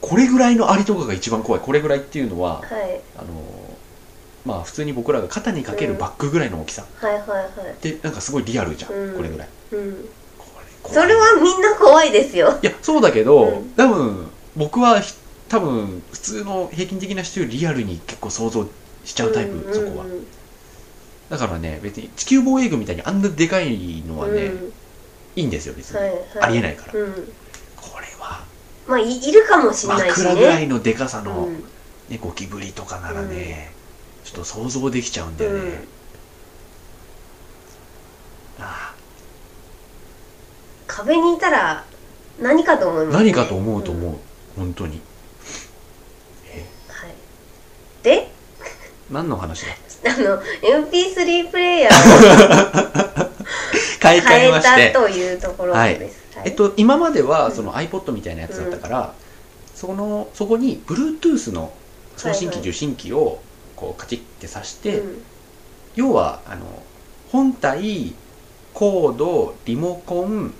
A: これぐらいのアリとかが一番怖いこれぐらいっていうのは
B: はい
A: あのまあ普通に僕らが肩にかけるバッグぐらいの大きさ、
B: はいはいはい
A: でなんかすごいリアルじゃん、
B: うん
A: これぐらい
B: うん
A: こ怖い
B: それはみんな怖いですよ
A: いやそうだけど、
B: うん
A: 多分僕はひ多分普通の平均的な人よりリアルに結構想像しちゃうタイプ、
B: うん
A: そこは
B: うんうん
A: だからね別に地球防衛軍みたいにあんなでかいのはね、
B: うん
A: いいんですよ別に、
B: はいはい、
A: ありえないから、
B: うん、
A: これは
B: まあいいるかもしれないしね
A: 枕ぐらいのでかさの、
B: うん
A: ね、ゴキブリとかならね、ちょっと想像できちゃうんだよね、
B: うん
A: あ
B: 壁にいたら何かと思い
A: あ
B: ます、
A: 何かと思うと思
B: ん
A: う、本当に
B: はい、で
A: 何の話だ
B: あの MP3 プレイヤーを
A: 買い替え
B: [LAUGHS] 変
A: ま
B: え
A: したて
B: というところです、はい
A: えっと今まで
B: う
A: は
B: ん
A: その iPod みたいなやつだったから、そのそこに Bluetooth の送信
B: はい
A: 機
B: はい
A: 受信機をこうカチッて挿して、
B: うん
A: 要はあの本体コードリモコン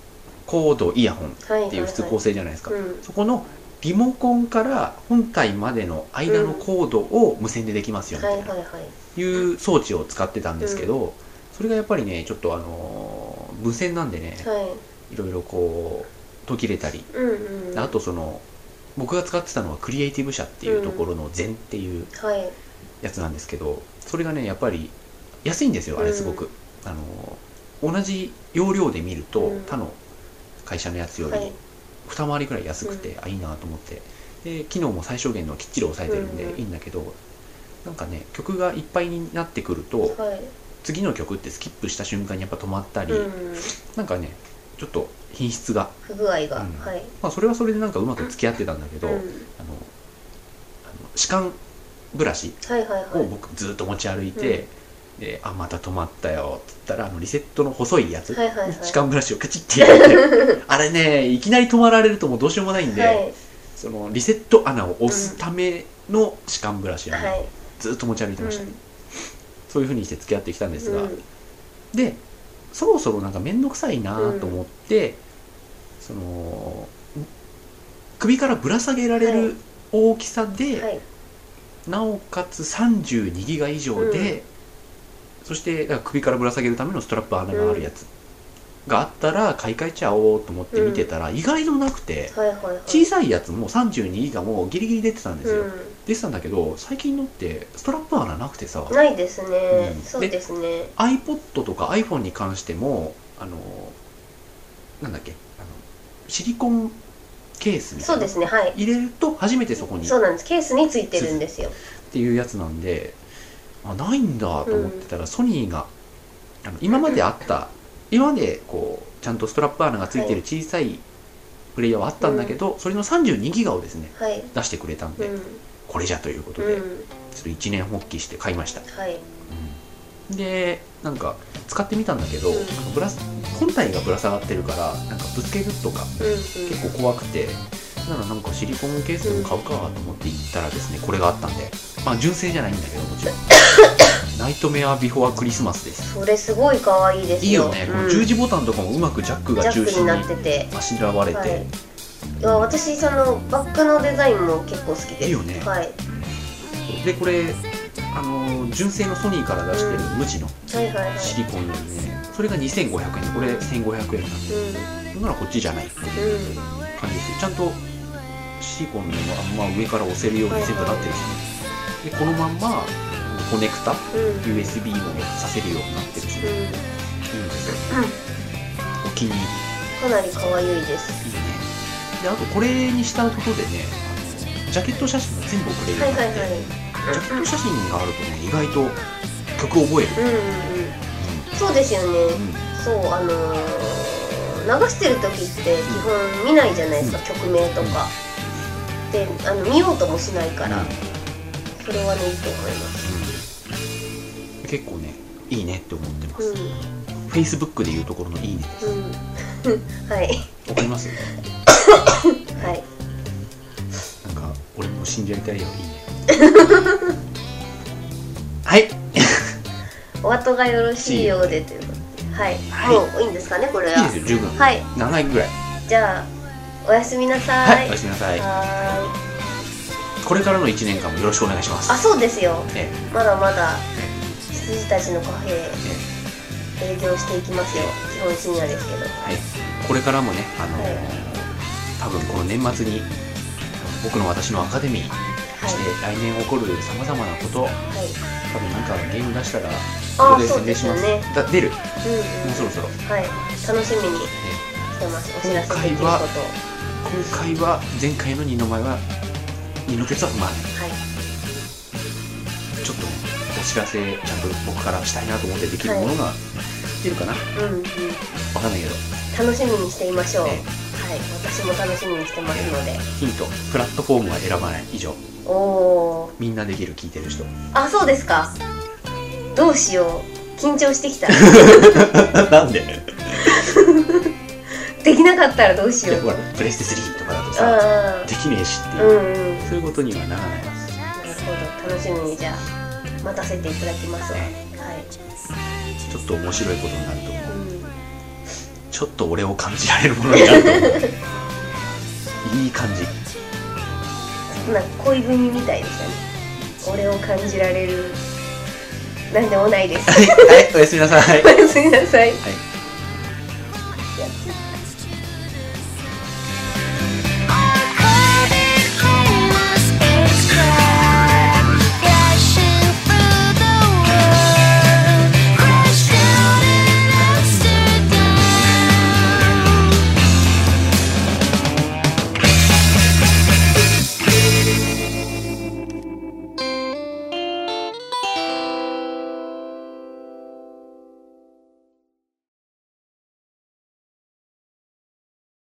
A: コードイヤホン
B: はいはい
A: っていう普通構成じゃないですか、
B: はいうん
A: そこのリモコンから本体までの間のコードを無線でできますよみ
B: は
A: たい
B: いはい
A: な
B: はい
A: いう装置を使ってたんですけど、それがやっぱりねちょっとあのー無線なんでね、
B: はい
A: い、ろいろこう途切れたり、
B: うんうん
A: あとその僕が使ってたのはクリエイティブ社っていうところの禅っていう
B: はい
A: やつなんですけどそれがねやっぱり安いんですよあれすごく、あの同じ容量で見ると、
B: うん
A: 他の会社のやつより
B: はい
A: 2回りくらい安くて、あいいなと思ってで機能も最小限のきっちり抑えてるん
B: うんうん
A: でいいんだけど、なんかね曲がいっぱいになってくると
B: はい
A: 次の曲ってスキップした瞬間にやっぱ止まったり、
B: うん
A: なんかねちょっと品質が、
B: 不具合
A: う
B: が、
A: ん
B: はい
A: まあ、それはそれでなんかうまく付き合ってたんだけど、
B: うん
A: あのあの歯間ブラシ
B: はいはいは
A: を
B: い
A: 僕ずっと持ち歩いて、であまた止まったよって言ったらあのリセットの細いやつ、
B: はいはいはい
A: 歯間ブラシをカチッて入
B: [LAUGHS]
A: れてあれねいきなり止まられるともうどうしようもないんで、
B: はい
A: そのリセット穴を押すための歯間ブラシをね、
B: はい
A: ずっと持ち歩いてましたね、
B: うん
A: そういうふうにして付き合ってきたんですが、
B: うん
A: でそろそろなんか面倒くさいなと思って、その首からぶら下げられ
B: はい
A: る大きさで、
B: はい
A: なおかつ32ギガ以上で、そしてだから首からぶら下げるためのストラップ穴があるやつがあったら買い替えちゃおうと思って見てたら、意外となくて
B: はいはいはい
A: 小さいやつも32ギガもギリギリ出てたんですよ、
B: う
A: 出てたんだけど最近のってストラップ穴なくてさ
B: ん、ないですね、
A: うん
B: そうですね
A: iPod とか iPhone に関してもあのなんだっけあのシリコンケースみたいな
B: そうですねはい
A: 入れると初めてそこに
B: そうなんですケースについてるんですよ
A: っていうやつなんであないんだと思ってたら、ソニーがあの今まであった今までこうちゃんとストラップ穴がついてる小さいプレイヤーはあったんだけど、それの32ギガをですね
B: はい
A: 出してくれたん
B: う
A: で、
B: ん
A: これじゃということで、
B: うん
A: それ一年発起して買いました、
B: はい
A: でなんか使ってみたんだけど、
B: うん
A: ぶら本体がぶら下がってるからなんかぶつけるとか
B: うんうん
A: 結構怖くてならなんかシリコンケースでも買うかと思って行ったらですねこれがあったんでまあ純正じゃないんだけど
B: [COUGHS]
A: もちろんナイトメアビフォアクリスマスです
B: それすごい可愛いです
A: いいよ
B: よ
A: ね、
B: うん
A: この十字ボタンとかもうまくジャック
B: ジ
A: が
B: ャ
A: 中
B: ックに
A: 心
B: なっ
A: に
B: てて
A: あしらわれて、
B: はいいや私そのバッグのデザインも結構好きです
A: いいよね
B: はい、
A: でこれあの純正のソニーから出してる無地の
B: はいはいはい
A: シリコンなんでねそれが2500円でこれ1500円なんで
B: うん
A: だからこっちじゃないっていう
B: う
A: 感じですよちゃんとシリコンのまんま上から押せるように全部なってるし、ね、でこのまんまコネクタ
B: んうんうん
A: USB もさせるようになってるし、ね、いいんですよお気に入
B: かなり可愛いです
A: りいいねであとこれにしたことでねあのジャケット写真が全部送れるよ
B: は
A: う
B: い
A: に
B: は
A: ないっ
B: は
A: て、
B: い
A: ジャケット写真があるとね意外と曲覚える、
B: うんうんうんそうですよね
A: うん
B: そうあのー流してる時って基本見ないじゃないですか、曲名とか、であの見ようともしないから、
A: うん
B: それはねいいと思います
A: うん結構ねいいねって思ってます、
B: う
A: Facebook でいうところのいいね
B: んうん [LAUGHS] はい
A: わかります
B: はい
A: なんか俺も死んじゃいたいよいいね [LAUGHS] はい
B: お後がよろしいようでということではい、
A: はい
B: もういいんですかねこれ
A: いい
B: は
A: ですよ十分
B: はい
A: 長いぐらい
B: じゃあおやすみなさ
A: はい
B: い
A: おやすみなさい
B: はーい
A: これからの1年間もよろしくお願いします
B: あそうですよ
A: え
B: まだまだ羊たちのカフ
A: え
B: ェ
A: え
B: 営業していきますよ基本深夜ですけど
A: えはいこれからもねあのー
B: はい
A: 多分この年末に僕の私のアカデミーそして来年起こるさまざまなこと
B: は
A: 多分なんかゲーム出したらここで宣伝します
B: そうです
A: だ出るも
B: い、うんうん、
A: うそろそろ、え
B: はい楽しみに
A: え
B: してますお知らせできることを
A: 今
B: は
A: 回今回は前回の二の舞は二の鉄はまあ
B: い
A: ちょっとお知らせちゃんと僕からしたいなと思ってできるものが出るかなわ
B: うん
A: かんな
B: うん
A: いけど
B: 楽しみにしていましょう、
A: え
B: はい私も楽しみにしてますので
A: ヒントプラットフォームは選ばない以上
B: おおー
A: みんなできる聞いてる人
B: あそうですかどうしよう緊張してきた
A: [LAUGHS]
B: [LAUGHS]
A: なんで
B: できなかったらどうし
A: いや
B: よう
A: ほらプレステ3とかだとさ
B: あ
A: できねえしって
B: あ
A: いうう、
B: んうん
A: そういうことにはならないです
B: なるほど楽しみにじゃあ待たせていただきますわはい、
A: ちょっと面白いことになると思う
B: うん、
A: ちょっと俺を感じられるものになると [LAUGHS] 思ういい感じ
B: なんか恋文みたいでしたね俺を感じられるなんでもないです
A: [LAUGHS] はいおやすみなさいは
B: お
A: い
B: やすみなさい
A: はい